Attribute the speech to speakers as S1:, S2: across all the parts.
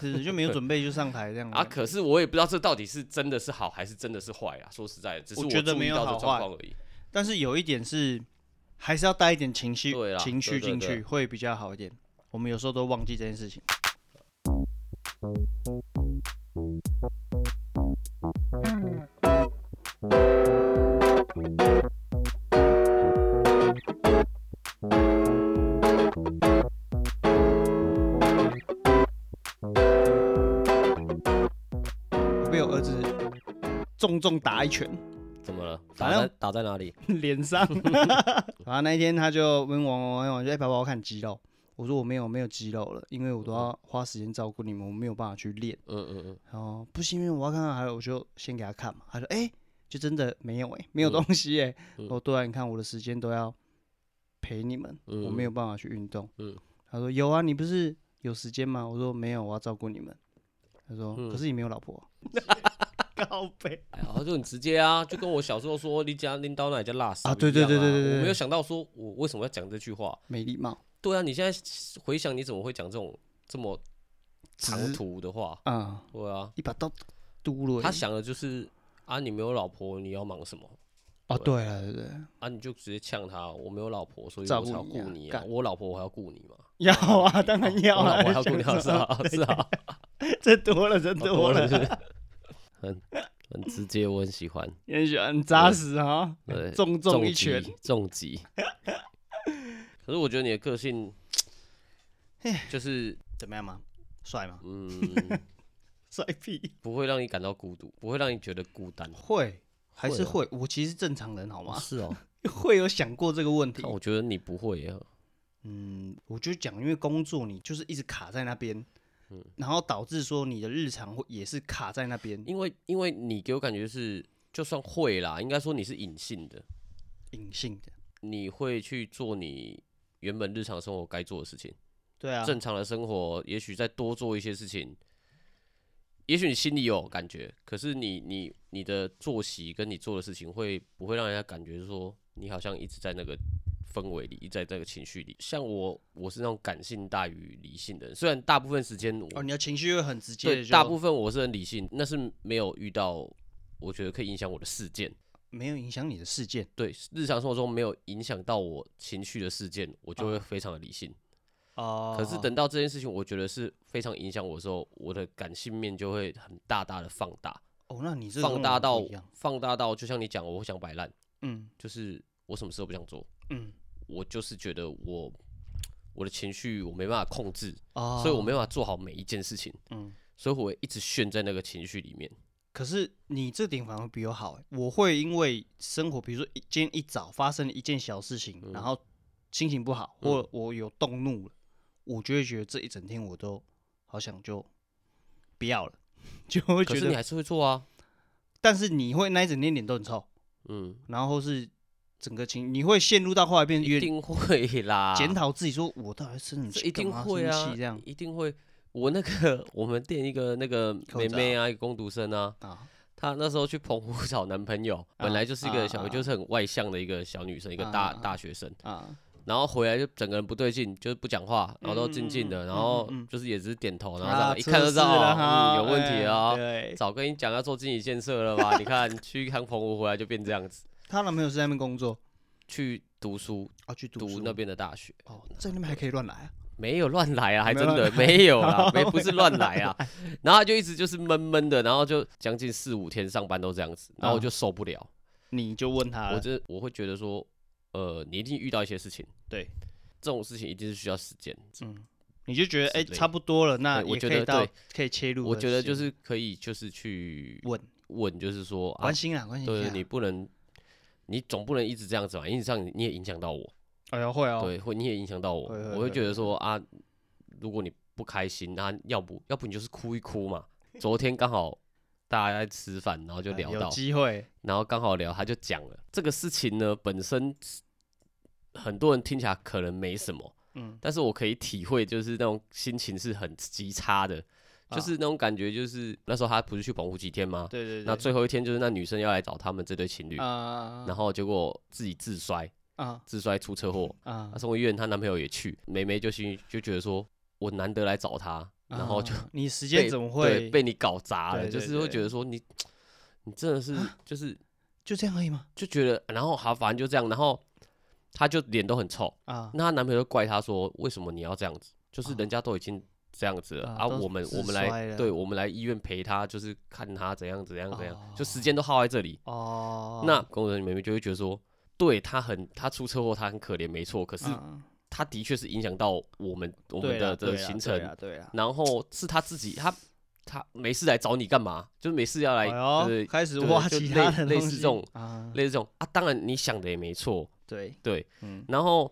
S1: 是就没有准备就上台这样
S2: 啊，可是我也不知道这到底是真的是好还是真的是坏啊。说实在的，只是
S1: 我
S2: 我
S1: 觉得
S2: 注
S1: 没
S2: 意
S1: 有
S2: 到
S1: 好
S2: 这状
S1: 坏
S2: 况而已。
S1: 但是有一点是，还是要带一点情绪
S2: 对啦
S1: 情绪
S2: 对对
S1: 进
S2: 对
S1: 去会比较好一点。我们有时候都忘记这件事情。我被我儿子重重打一拳。
S2: 怎么了？
S1: 反
S3: 打
S1: 正
S3: 在打在哪 里？
S1: 脸 上。然后那一天他就问我，我我就哎，爸爸，我看肌肉。我说我没有没有肌肉了，因为我都要花时间照顾你们，我没有办法去练。
S2: 嗯嗯嗯，
S1: 然后不行，因为我要看看，还有我就先给他看嘛。他说哎、就真的没有哎、没有东西哎、
S2: 嗯
S1: 哦，对啊，你看我的时间都要陪你们，
S2: 嗯
S1: 我没有办法去运动。
S2: 嗯
S1: 他说有啊，你不是有时间吗？我说没有，我要照顾你们。他说、
S2: 嗯
S1: 可是你没有老 婆，高背。
S2: 哎呀，就很直接啊，就跟我小时候说你家拎刀那家辣死
S1: 啊对对对对对对
S2: 我没有想到说我为什么要讲这句话。
S1: 没礼貌。
S2: 对啊，你现在回想你怎么会讲这种这么长
S1: 直
S2: 途的话？
S1: 啊、
S2: 对啊，
S1: 一把刀嘟了。
S2: 他想的就是啊，你没有老婆，你要忙什么？
S1: 哦，对了，对对，
S2: 啊，你就直接呛他，我没有老婆，所以
S1: 照
S2: 我才要
S1: 顾你啊
S2: 顾你啊
S1: 干，
S2: 我老婆 我还要顾你嘛，
S1: 要啊，当然要
S2: 哦我
S1: 啊，
S2: 老 婆还要顾你啊，是啊，是啊，
S1: 这多了，这多了，
S2: 是不是 很很直接，我很喜欢，
S1: 你很喜欢扎实啊，
S2: 对，
S1: 重重
S2: 重
S1: 一拳，
S2: 击，重击。可是我觉得你的个性就是
S1: 怎么样嘛？帅吗？
S2: 嗯，
S1: 帅屁！
S2: 不会让你感到孤独，不会让你觉得孤单。
S1: 会还是
S2: 会啊
S1: 会？我其实正常人好吗？
S2: 是哦，
S1: 会有想过这个问题
S2: 但？我觉得你不会耶，
S1: 嗯，我就讲，因为工作你就是一直卡在那边，
S2: 嗯
S1: 然后导致说你的日常会也是卡在那边，
S2: 因为因为你给我感觉是，就算会啦，应该说你是隐性的，
S1: 隐性的。
S2: 你会去做你原本日常生活该做的事情，
S1: 对啊，
S2: 正常的生活，也许再多做一些事情，也许你心里有感觉，可是你你你的作息跟你做的事情会不会让人家感觉说你好像一直在那个氛围里，一直在那个情绪里？像我，我是那种感性大于理性的人，虽然大部分时间我、
S1: 哦，你的情绪会很直接
S2: 对
S1: 的就，
S2: 大部分我是很理性，那是没有遇到我觉得可以影响我的事件。
S1: 没有影响你的事件。
S2: 对日常生活中没有影响到我情绪的事件，我就会非常的理性。
S1: 哦，
S2: 可是等到这件事情，我觉得是非常影响我的时候，我的感性面就会很大大的放大，
S1: 哦，那你这个
S2: 放
S1: 跟
S2: 大
S1: 我
S2: 到
S1: 不一样
S2: 放大到，就像你讲，我会想摆烂，
S1: 嗯
S2: 就是我什么事都不想做，
S1: 嗯
S2: 我就是觉得我我的情绪我没办法控制，
S1: 哦，
S2: 所以我没办法做好每一件事情，
S1: 嗯。
S2: 所以我会一直陷在那个情绪里面。
S1: 可是你这点反而比我好、欸，我会因为生活，比如说一今天一早发生了一件小事情，然后心情不好，
S2: 嗯
S1: 或我有动怒了，我就会觉得这一整天我都好想就不要了， 就会
S2: 可
S1: 觉
S2: 是你
S1: 得。
S2: 还是会做啊，
S1: 但是你会那一整天脸都很臭，
S2: 嗯，
S1: 然后是整个情，你会陷入到后来变
S2: 一
S1: 越
S2: 定会啦，
S1: 检讨自己，说我到底生
S2: 这
S1: 气
S2: 一定
S1: 干嘛
S2: 会
S1: 生
S2: 啊
S1: 气这样，
S2: 一定会。我那个我们店一个那个
S1: 口
S2: 妹妹
S1: 罩
S2: 啊，一个工读生啊，
S1: 啊，
S2: 她那时候去澎湖 找男朋友，本来就是一
S1: 啊
S2: 个小，
S1: 啊
S2: 就是很外向的一个小女生，一个
S1: 啊
S2: 大
S1: 啊
S2: 大学生，
S1: 啊，
S2: 然后回来就整个人不对劲，就是不讲话，然后都静静
S1: 嗯
S2: 的，
S1: 嗯嗯
S2: 然后
S1: 嗯嗯
S2: 就是也只是点头，然后这
S1: 啊
S2: 样一看就知道
S1: 出事了
S2: 哦
S1: 哈
S2: 嗯有问题
S1: 哎
S2: 啊。
S1: 对，
S2: 早跟你讲要做经济建设了吧？你看去趟澎湖回来就变这样子，
S1: 她男朋友是在那边工作，
S2: 去读书，
S1: 啊，去
S2: 读
S1: 书
S2: 那边的大学。
S1: 哦，在那边还可以乱来啊。
S2: 没有乱来啊，还
S1: 没
S2: 真
S1: 有
S2: 的没有 啦，没不是乱来啊。然后他就一直就是闷闷的，然后就将近四五天上班都这样子，然后我就受不了，
S1: 你就问他
S2: 我
S1: 了，
S2: 这我会觉得说，呃，你一定遇到一些事情，
S1: 对，
S2: 这种事情一定是需要时间。
S1: 嗯，你就觉得
S2: 之
S1: 哎、
S2: 类
S1: 差不多了，那
S2: 对我
S1: 也
S2: 觉
S1: 可以
S2: 得
S1: 到
S2: 对
S1: 可以切入。
S2: 我觉得就是可以就是去
S1: 问
S2: 问，就是说啊
S1: 关，心啊，关心一
S2: 对
S1: 下。
S2: 你不能，你总不能一直这样子嘛，因为这样你也影响到我，
S1: 哎呦会哦，
S2: 对，会你也影响到我，
S1: 会会
S2: 我会
S1: 会
S2: 觉得说啊，如果你不开心，那要不要不你就是哭一哭嘛。昨天刚好大家在吃饭，然后就
S1: 啊
S2: 聊
S1: 有
S2: 到，
S1: 机会，
S2: 然后刚好聊，他就讲了这个事情呢，本身很多人听起来可能没什么，
S1: 嗯，
S2: 但是我可以体会，就是那种心情是很极差的，
S1: 啊
S2: 就是那种感觉，就是那时候他不是去澎湖几天吗？
S1: 对对对。
S2: 啊那最后一天就是那女生要来找他们这对情侣，
S1: 啊
S2: 然后结果自己自摔，
S1: 啊
S2: 自摔出车祸，
S1: 啊
S2: 她送医院，她男朋友也去，妹妹就心就觉得说，我难得来找她，然后就
S1: 啊你时间
S2: 被
S1: 怎么
S2: 对
S1: 会
S2: 被你搞砸了，
S1: 对
S2: 就
S1: 对
S2: 是会
S1: 对啊
S2: 觉得说你你真的是就是
S1: 就这样而已吗？
S2: 就觉得，然后好，反正就这样，然后她就脸都很臭，
S1: 啊，
S2: 那她男朋友就怪她说为什么你要这样子，就是人家都已经这样子了
S1: 啊
S2: 啊，
S1: 都
S2: 我们
S1: 自
S2: 我们
S1: 摔
S2: 来
S1: 了
S2: 对我们来医院陪她，就是看她怎样怎样怎样，就
S1: 哦
S2: 时间都耗在这里。
S1: 哦，
S2: 那工作人员妹妹就会觉得说，对她很她出车祸，她很可怜，没错，可是
S1: 啊
S2: 她的确是影响到我们我们
S1: 对啦
S2: 的的
S1: 对啦
S2: 行
S1: 对
S2: 程
S1: 啦，对啦，
S2: 然后是她自己她。她没事来找你干嘛？就是没事要
S1: 哎
S2: 来，
S1: 呦
S2: 就是
S1: 开始
S2: 对
S1: 挖
S2: 就
S1: 其
S2: 类
S1: 他的
S2: 类
S1: 东
S2: 似
S1: 西
S2: 这种
S1: 啊，
S2: 类似这种啊，当然你想的也没错，
S1: 对，
S2: 对。
S1: 嗯，
S2: 然后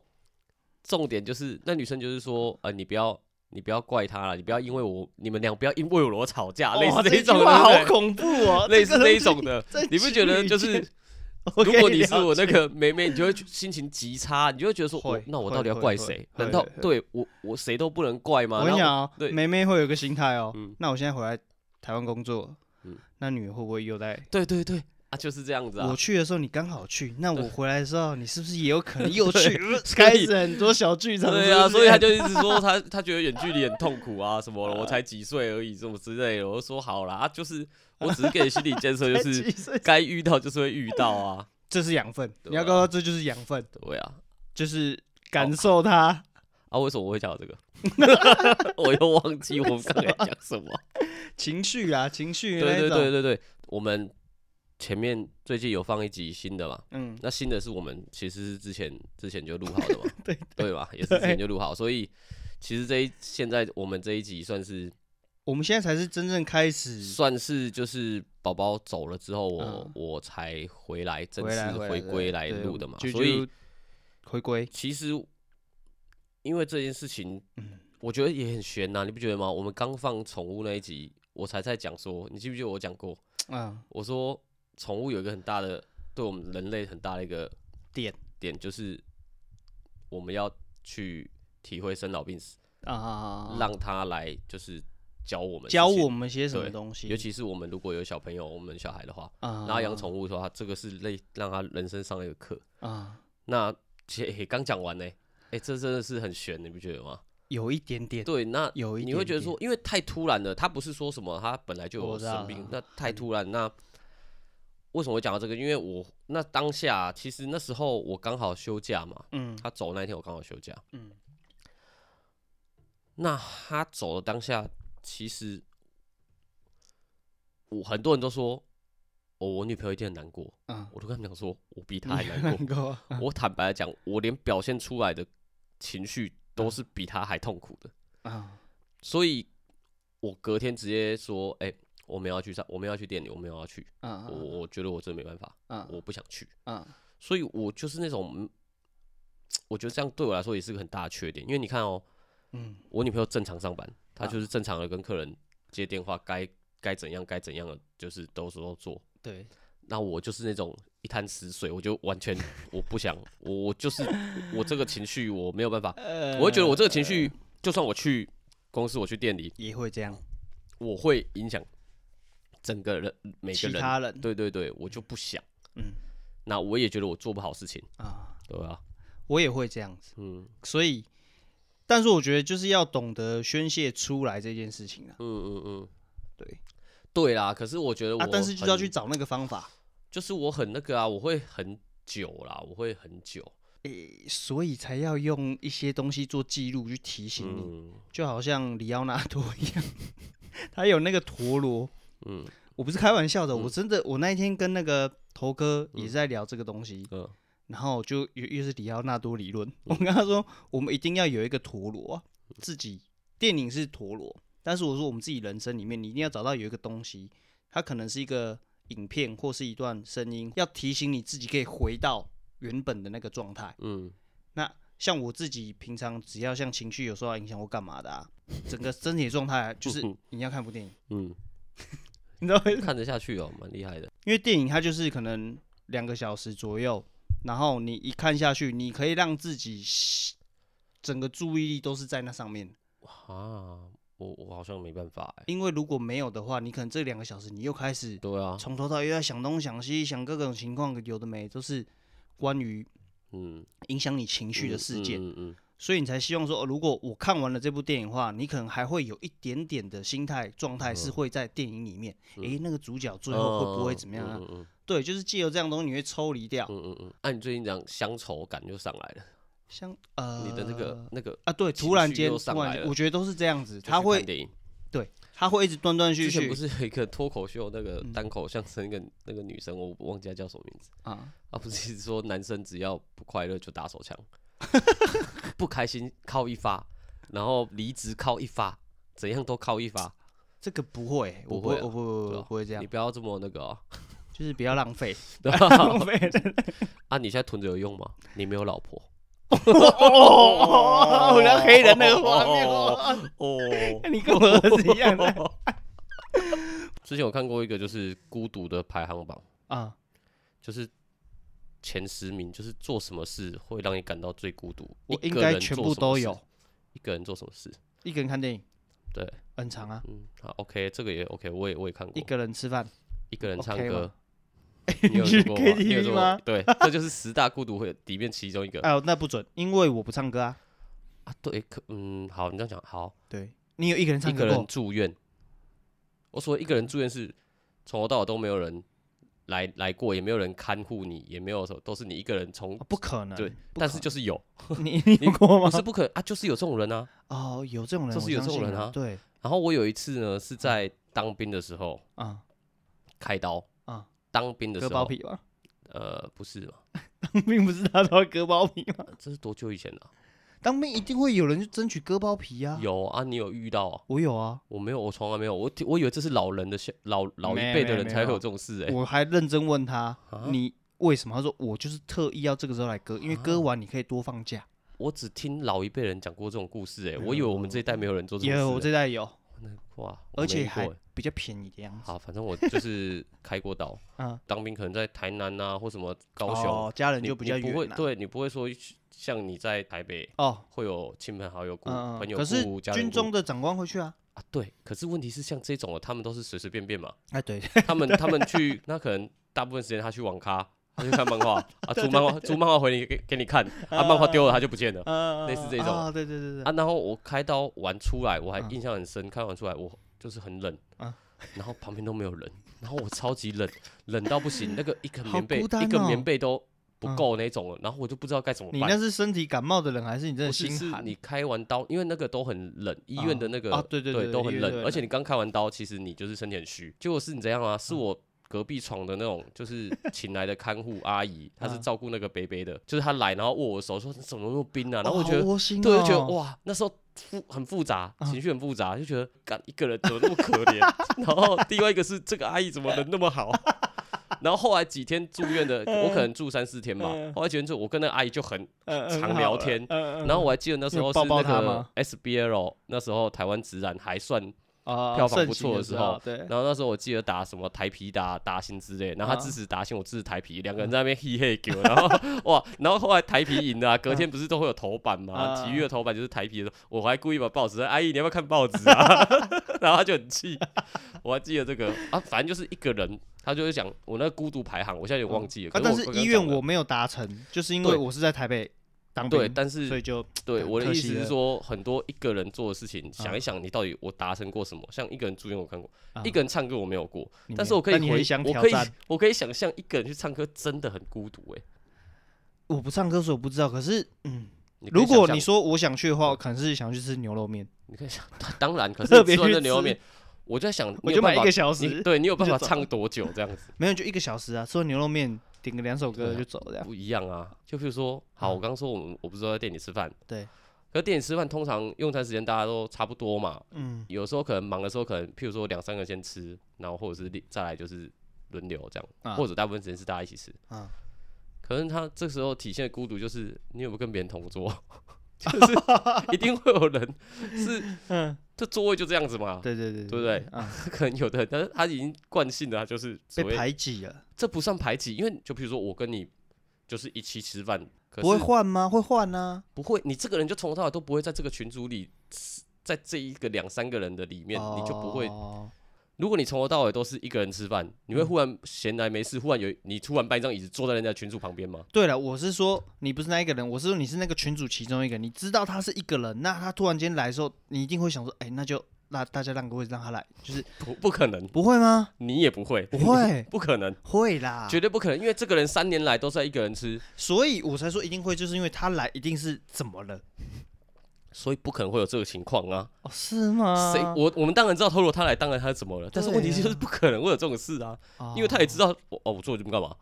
S2: 重点就是那女生就是说，呃，你不要你不要怪她了，你不要因为我你们俩不要因为我吵架，啊类
S1: 哇
S2: 似
S1: 这
S2: 一种
S1: 句
S2: 的，
S1: 话好
S2: 对不
S1: 恐怖哦，
S2: 对 类
S1: 这
S2: 似
S1: 个
S2: 这一
S1: 东
S2: 种
S1: 西，
S2: 的，
S1: 这
S2: 你不觉得就是
S1: 情侣间 我
S2: 如
S1: 可
S2: 果
S1: 以
S2: 你是
S1: 了
S2: 我那
S1: 解
S2: 个妹妹，你就会心情极差，你就会觉得说，我
S1: 会
S2: 那我
S1: 会
S2: 到底要
S1: 会
S2: 怪
S1: 会
S2: 谁？
S1: 会
S2: 难道
S1: 会会
S2: 对我我谁都不能怪吗？
S1: 我跟你
S2: 然后
S1: 讲哦
S2: 对，
S1: 梅梅会有个心态哦
S2: 嗯。
S1: 那我现在回来台湾工作
S2: 嗯，
S1: 那女的会不会又在？
S2: 对对对啊，就是这样子啊
S1: 我。去的时候你刚好去，那我
S2: 对
S1: 回来的时候你是不是也有可能 又 去？呃
S2: 所以
S1: 开始很多小剧场，
S2: 对
S1: 是
S2: 啊，
S1: 不是
S2: 所以他就一直说他他觉得远距离很痛苦啊什 么的，我才几岁而已，什么之类的。我就说好啦，啊 就是我只是给你心理建设，就是
S1: 其实
S2: 该遇到就是会遇到啊，
S1: 这是养分，
S2: 对
S1: 你要
S2: 啊
S1: 告诉他这就是养分，
S2: 对啊，
S1: 就是感受它。
S2: 啊，为什么我会讲到这个？ 我又忘记我们刚才讲什 么。
S1: 情绪啊，情绪
S2: 对
S1: 那一
S2: 对
S1: 种，
S2: 对对对，我们前面最近有放一集新的嘛，
S1: 嗯，
S2: 那新的是我们其实是之前之前就录好的嘛，
S1: 对
S2: 对吧？也是之前就录好，所以其实这一现在我们这一集算是
S1: 我们现在才是真正开始
S2: 算是就是宝宝走了之后我，我、
S1: 嗯
S2: 才回来正
S1: 回
S2: 式
S1: 来
S2: 回归来
S1: 对
S2: 录的嘛，
S1: 啾
S2: 所以
S1: 啾回归
S2: 其实因为这件事情，
S1: 嗯
S2: 我觉得也很悬呐、你不觉得吗？我们刚放宠物那一集，我才在讲说，你记不记得我讲过？
S1: 啊，
S2: 我说宠物有一个很大的，对我们人类很大的一个
S1: 点
S2: 点，就是我们要去体会生老病死，
S1: 啊啊啊，啊
S2: 让它来就是教我们
S1: 教
S2: 事情
S1: 我，们些什么
S2: 对
S1: 东西，
S2: 尤其是我们如果有小朋友，我们小孩的话，
S1: 啊，
S2: 然后养宠物的话，这个是类让他人生上一个课。
S1: 啊，
S2: 那其实、欸、刚讲完呢、欸，哎、这真的是很悬，你不觉得吗？
S1: 有一点点，
S2: 对，那
S1: 哎有一
S2: 你会觉得
S1: 点
S2: 说，因为太突然了，他不是说什么，他本来就
S1: 我
S2: 有
S1: 知道
S2: 生病
S1: 了，
S2: 那太突
S1: 嗯
S2: 然，那为什么会讲到这个？因为我那当下其实那时候我刚好休假嘛，
S1: 嗯
S2: 他走那一天我刚好休假，
S1: 嗯，
S2: 那他走的当下，其实我很多人都说，我、我女朋友一定很难过，
S1: 啊，
S2: 我都跟他们讲说，我比她还 难过，
S1: 够啊
S2: 我坦白来讲，我连表现出来的情绪都是比她还痛苦的。
S1: 啊，
S2: 所以我隔天直接说，哎、我们要去上，我们要去店里，我们要去，
S1: 啊
S2: 我我觉得我真的没办法，
S1: 啊
S2: 我不想去，
S1: 啊
S2: 所以我就是那种，嗯我觉得这样对我来说也是个很大的缺点，因为你看哦、
S1: 嗯
S2: 我女朋友正常上班，她
S1: 啊
S2: 就是正常的跟客人接电话，该该怎样该怎样的就是都是都做，
S1: 对，
S2: 那我就是那种一滩死水，我就完全我不想，我我就是我这个情绪我没有 办法，
S1: 呃
S2: 我会觉得我这个情绪，就算我去公司我去店里，
S1: 也会这样，
S2: 我会影响整个人每个
S1: 其
S2: 人。
S1: 他人
S2: 对对对，我就不想。
S1: 嗯
S2: 那我也觉得我做不好事情，
S1: 啊，
S2: 对吧？
S1: 我也会这样子，
S2: 嗯
S1: 所以，但是我觉得就是要懂得宣泄出来这件事情啊，
S2: 嗯嗯嗯，
S1: 对
S2: 对啦。可是我觉得我
S1: 啊
S2: 很、，
S1: 但是就要去找那个方法，
S2: 就是我很那个啊，我会很久啦，我会很久。
S1: 诶，所以才要用一些东西做记录去提醒你，
S2: 嗯
S1: 就好像里奥纳多一样， 他有那个陀螺，
S2: 嗯
S1: 我不是开玩笑的，
S2: 嗯
S1: 我真的，我那一天跟那个头哥也是在聊这个东西，
S2: 嗯
S1: 然后就又又是里奥纳多理论，我跟他说，我们一定要有一个陀螺啊，自己电影是陀螺，但是我说我们自己人生里面，你一定要找到有一个东西，它可能是一个影片或是一段声音，要提醒你自己可以回到原本的那个状态。
S2: 嗯
S1: 那像我自己平常只要像情绪有受到影响或干嘛的啊，整个身体状态啊就是你要看部电影，
S2: 嗯，
S1: 你知道为什么？
S2: 看得下去哦，蛮厉害的。
S1: 因为电影它就是可能两个小时左右，然后你一看下去，你可以让自己吸整个注意力都是在那上面。
S2: 啊，我我好像没办法哎、
S1: 因为如果没有的话，你可能这两个小时你又开始
S2: 对啊，
S1: 从头到尾又在想东想西，想各种情况，有的没，都是关于
S2: 嗯，
S1: 影响你情绪的
S2: 嗯
S1: 事件。
S2: 嗯嗯嗯
S1: 所以你才希望说，哦如果我看完了这部电影的话，你可能还会有一点点的心态状态
S2: 嗯
S1: 是会在电影里面，诶、那个主角最后会不会怎么样啊？
S2: 嗯嗯
S1: 对，就是借由这样东西，你会抽离掉，
S2: 嗯嗯嗯。那、你最近讲乡愁感就上来了，
S1: 像呃
S2: 你的那个那个
S1: 啊，对，
S2: 情
S1: 突然
S2: 绪
S1: 间
S2: 又上
S1: 突然
S2: 来
S1: 间，
S2: 了
S1: 我觉得都是这样子，
S2: 就去
S1: 他会
S2: 看电影。
S1: 对，他会一直断断续
S2: 之前
S1: 续嗯
S2: 不是有一个脱口秀那个单口相声那个那个女生，我忘记她叫什么名字。
S1: 啊，
S2: 她不是一直说男生只要不快乐就打手枪， 不开心靠一发，然后离职靠一发，怎样都靠一发。
S1: 这个不会，我
S2: 不会
S1: 会，
S2: 啊
S1: 我不我
S2: 对
S1: 不
S2: 啊
S1: 我不会这样
S2: 你，不要这么那个哦、
S1: 就是不要浪费，
S2: 对吧
S1: 浪费 真的。
S2: 啊，你现在囤着有用吗？你没有老婆。
S1: 哦，我像黑人那个画面，哇
S2: 哦。
S1: 你跟我儿子一样的
S2: 之前有看过一个就是孤独的排行榜，
S1: 啊，
S2: 就是前十名，就是做什么事会让你感到最孤独。
S1: 我
S2: 一
S1: 应
S2: 个
S1: 该
S2: 人
S1: 全
S2: 做
S1: 部
S2: 什么
S1: 都
S2: 事
S1: 有，。
S2: 一个人做什么事？
S1: 一个人看电影
S2: 对，
S1: 很长啊，
S2: 嗯，好，OK，这个也 OK，我也我也看过
S1: 一。个人吃饭，
S2: 一个人唱
S1: OK 吗
S2: 歌，你有
S1: 去
S2: 做过吗？你有
S1: KTV
S2: 做过
S1: 吗？
S2: 对，这就是十大孤独会里面其中一个
S1: 哎呦，那不准，因为我不唱歌啊。
S2: 啊。对，可嗯，好，你这样讲好，
S1: 对你有一个人
S2: 一
S1: 唱
S2: 个
S1: 歌
S2: 人
S1: 过，
S2: 住院。我说一个人住院是从头到尾都没有人来来过，也没有人看护你，也没有什么，都是你一个人从
S1: 啊不可能。
S2: 对，
S1: 不
S2: 但
S1: 可
S2: 是就是有，
S1: 能 你你有过
S2: 不
S1: 吗？
S2: 是不可啊，就是有这种人啊。
S1: 哦，有这种人，
S2: 就
S1: 我
S2: 是有
S1: 相
S2: 这种
S1: 信
S2: 人啊
S1: 对
S2: 然后我有一次呢是在当兵的时候
S1: 啊，
S2: 开刀
S1: 啊，
S2: 当兵的时
S1: 割
S2: 候
S1: 包皮 吧，
S2: 呃不是嘛，
S1: 当兵不是大家都要割包皮吗？
S2: 这是多久以前了、
S1: 当兵一定会有人去争取割包皮啊。
S2: 有啊，你有遇到啊、
S1: 我有啊，
S2: 我没有，我从来没有，我听我以为这是老人的笑老老一
S1: 没
S2: 辈的
S1: 没
S2: 人
S1: 没
S2: 才会
S1: 有
S2: 有这种事哎、
S1: 我还认真问他
S2: 啊
S1: 你为什么？他说我就是特意要这个时候来割，因为割完你可以多放假。
S2: 我只听老一辈人讲过这种故事哎、
S1: 没
S2: 我以为
S1: 有
S2: 我们这一代没有人做这种事、欸。
S1: 有，我这代有，
S2: 哇，我
S1: 而
S2: 没
S1: 且
S2: 遇过
S1: 还
S2: 欸
S1: 比较便宜的样子。
S2: 好，反正我就是开过刀，
S1: 嗯，
S2: 当兵可能在台南啊或什么高雄，
S1: 哦，家人
S2: 你
S1: 就比较
S2: 你不会，
S1: 远了。
S2: 对你不会说去像你在台北
S1: 哦，
S2: 会有亲朋好友顾、
S1: 嗯，
S2: 朋友
S1: 可是
S2: 顾家人
S1: 军
S2: 顾
S1: 中的长官会去啊。
S2: 啊，对，可是问题是像这种的，他们都是随随便便嘛，
S1: 哎，对，
S2: 他们他们去，那可能大部分时间他去网咖，他去看漫 画啊，租漫画租漫画回你给给你看，啊，漫画丢了他就不见了
S1: 呃
S2: 类似这种
S1: 啊，对对对对，
S2: 嗯啊。然后我开刀完出来，我还
S1: 嗯
S2: 印象很深，开完出来我就是很冷
S1: 啊
S2: 然后旁边都没有人，然后我超级冷，冷到不行，那个一个
S1: 好
S2: 棉被
S1: 孤单
S2: 一个
S1: 哦
S2: 棉被都不
S1: 嗯
S2: 够那种了，然后我就不知道该怎么
S1: 你
S2: 办
S1: 那。是身体感冒的人，还是你真的
S2: 不是，
S1: 心
S2: 是
S1: 寒？哦
S2: 你开完刀，因为那个都很冷，医院的那个、
S1: 啊对对对
S2: 都
S1: 医
S2: 很
S1: 院都
S2: 冷，
S1: 很
S2: 而且
S1: 冷嗯
S2: 你刚开完刀，其实你就是身体很虚。结果是你怎样啊？是我隔壁床的那种，就是请来的看护阿姨，她是
S1: 啊
S2: 照顾那个北北的，就是她来，然后握我的手说你怎么那么冰啊？然后我
S1: 哦
S2: 觉得，
S1: 好窝心
S2: 对，我就觉得
S1: 哦，嗯
S2: 哇，那时候复很复杂，情绪很复杂，就觉得干一个人怎么那么可怜？ 然后另外一个是这个阿姨怎么能那么好？ 然后后来几天住院的，我可能住三四天嘛。后来几天之后，我跟那个阿姨就很
S1: 嗯嗯
S2: 常聊天，
S1: 嗯嗯
S2: 然后我还记得那时
S1: 有
S2: 候是
S1: 抱
S2: 那
S1: 抱他
S2: 个
S1: 吗
S2: SBL，那时候台湾直男还算，
S1: 啊
S2: 票房
S1: 盛
S2: 不
S1: 行
S2: 错的
S1: 的
S2: 时候
S1: 对，
S2: 然后那时候我记得打什么台皮打达兴之类，然后他支持达兴，我支持台皮，两个人在那边嘿嘿给我，然后哇，然后后来台皮赢了啊、隔天不是都会有头版嘛，
S1: 啊
S2: 体育的头版就是台皮的，我还故意把报纸说，阿姨你要不要看报纸啊？ 然后他就很气，我还记得这个啊，反正就是一个人，他就会讲我那个孤独排行，我现在有点忘记了，可
S1: 啊，但是
S2: 我刚刚
S1: 医院
S2: 讲了
S1: 我没有达成，就是因
S2: 对
S1: 为我是在台北当
S2: 对，
S1: 兵，
S2: 但是
S1: 所以就
S2: 对，
S1: 对
S2: 我的
S1: 可
S2: 意思
S1: 惜
S2: 是
S1: 了
S2: 说，很多一个人做的事情，想一想你到底我达成过什么。像一个人住院我看过，
S1: 啊
S2: 一个人唱歌我没有过，
S1: 你没
S2: 但是我可以
S1: 但你很
S2: 回
S1: 想
S2: 我
S1: 挑
S2: 可以
S1: 战
S2: 我可以想象一个人去唱歌真的很孤独哎。
S1: 我不唱歌，所以我不知道。可是
S2: 你可以
S1: 如果
S2: 想
S1: 你
S2: 象
S1: 说我想去的话，我可能是想去吃牛肉面，
S2: 你可以想， 当然，可是
S1: 特
S2: 你
S1: 别
S2: 吃完
S1: 去
S2: 这牛肉
S1: 吃
S2: 面，我就在想，
S1: 我
S2: 你
S1: 就
S2: 有
S1: 买
S2: 办
S1: 一
S2: 法
S1: 个，小
S2: 你
S1: 时，
S2: 对你有办
S1: 就
S2: 法
S1: 走
S2: 唱多久这样子
S1: 没有就一个小时啊，吃完牛肉面点个两首歌
S2: 对啊
S1: 就走了这样。
S2: 不一样啊？就比如说，好，我刚刚说我们我不是都在店里吃饭，
S1: 嗯对，
S2: 可是店里吃饭通常用餐时间大家都差不多嘛，
S1: 嗯，
S2: 有时候可能忙的时候，可能譬如说两三个先吃，然后或者是另再来就是轮流这样，
S1: 啊
S2: 或者大部分时间是大家一起吃。
S1: 啊
S2: 可能他这时候体现的孤独就是你有没有跟别人同桌， 就是一定会有人是
S1: 嗯，
S2: 这座位就这样子嘛，
S1: 对对对
S2: 对不对？
S1: 啊，
S2: 可能有的人，但是他已经惯性了，他就是所
S1: 被
S2: 谓
S1: 排挤了，
S2: 这不算排挤，因为就譬如说我跟你就是一起吃饭，可
S1: 不会
S2: 是
S1: 换吗？会换啊。
S2: 不会，你这个人就从头到尾都不会在这个群组里，在这一个两三个人的里面，你就不会
S1: 哦
S2: 如果你从头到尾都是一个人吃饭，你
S1: 嗯
S2: 会忽然闲来没事，忽然有你突然搬一张椅子坐在人家群主旁边吗？
S1: 对了，我是说你不是那一个人，我是说你是那个群主其中一个。你知道他是一个人，那他突然间来的时候，你一定会想说，哎、那就那大家让个位置让他来，就是
S2: 不，不可能，
S1: 不会吗？
S2: 你也不会，，
S1: 不会 啊
S2: 不可能，
S1: 会啦。
S2: 绝对不可能，因为这个人三年来都在一个人吃，
S1: 所以我才说一定会，就是因为他来一定是怎么了？
S2: 所以不可能会有这个情况啊。
S1: 哦，是吗？
S2: 谁、我我们当然知道透露他来，当然他怎么了，但是问题
S1: 对啊
S2: 就是不可能会有这种事啊，
S1: 哦
S2: 因为他也知道我哦，我做这么 干嘛？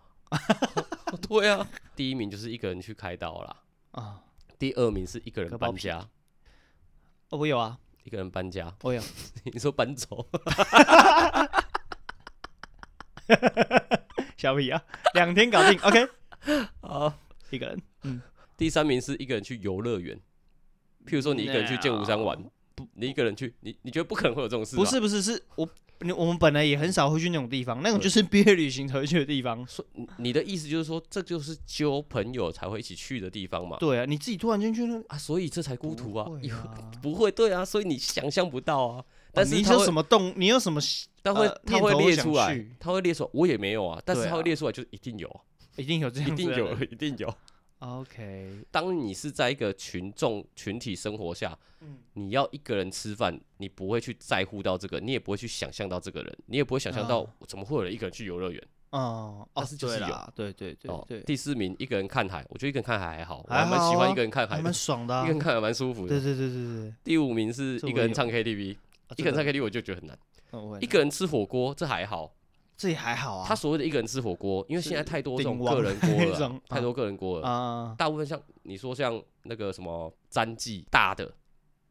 S2: 对啊，第一名就是一个人去开刀啦，
S1: 啊、
S2: 第二名是一个人
S1: 割包
S2: 搬
S1: 皮
S2: 家，
S1: 哦，我有啊，
S2: 一个人搬家，
S1: 我有。
S2: 你说搬走，
S1: 小皮啊，两天搞定，OK，
S2: 好，
S1: 一个人
S2: 第三名是一个人去游乐园，譬如说你一个人去剑湖山玩，不，你一个人去，你你觉得不可能会有这种事？
S1: 嗯
S2: 啊
S1: 不，是不是是我你我们本来也很少会去那种地方，那种就是毕业旅行才会去的地 方。
S2: 说你你的意思就是说，这就是交朋友才会一起去的地方嘛？
S1: 对啊，你自己突然间去那
S2: 啊，所以这才孤独啊
S1: 不，会
S2: 有
S1: 啊
S2: 不会对啊，所以你想象不到啊。但
S1: 哦
S2: 是
S1: 你
S2: 他
S1: 有
S2: 会，
S1: 什么动？你有什么
S2: 他会
S1: 呃
S2: 他
S1: 念
S2: 会
S1: 头
S2: 列
S1: 想
S2: 出来
S1: 去，
S2: 他会列出来，我也没有啊，但是
S1: 对
S2: 他会
S1: 啊
S2: 列出来，就是一定有啊，
S1: 一定有这样
S2: 一
S1: 子
S2: 定
S1: 的
S2: 有，
S1: 人。
S2: 一定有。
S1: OK，
S2: 当你是在一个群众群体生活下，你要一个人吃饭，你不会去在乎到这个，你也不会去想象到这个人，你也不会想象
S1: 啊
S2: 到怎么会有人一个人去游乐园。
S1: 哦
S2: 但
S1: 哦
S2: 是，就是
S1: 对
S2: 有
S1: 啦，对对对
S2: 哦
S1: 对，
S2: 第四名一个人看海，我觉得一个人看海还好，我
S1: 还
S2: 还蛮喜
S1: 好啊
S2: 欢一个人看海
S1: 还
S2: 的，
S1: 蛮爽的啊
S2: 一个。人看海蛮舒服
S1: 对
S2: 的。
S1: 对对对对，
S2: 第五名是
S1: 这
S2: 一
S1: 我
S2: 个人
S1: 有
S2: 唱 KTV，
S1: 啊
S2: 一个人唱
S1: 这
S2: KTV 我就觉得很难。
S1: 嗯我也
S2: 一个人吃火锅这还好，
S1: 这也还好啊。
S2: 他所谓的一个人吃火锅，因为
S1: 是
S2: 现在太多这种
S1: 鼎王
S2: 个人锅
S1: 那
S2: 了
S1: 种
S2: 啊，太多个人锅了。
S1: 啊，
S2: 大部分像你说像那个什么詹记大的，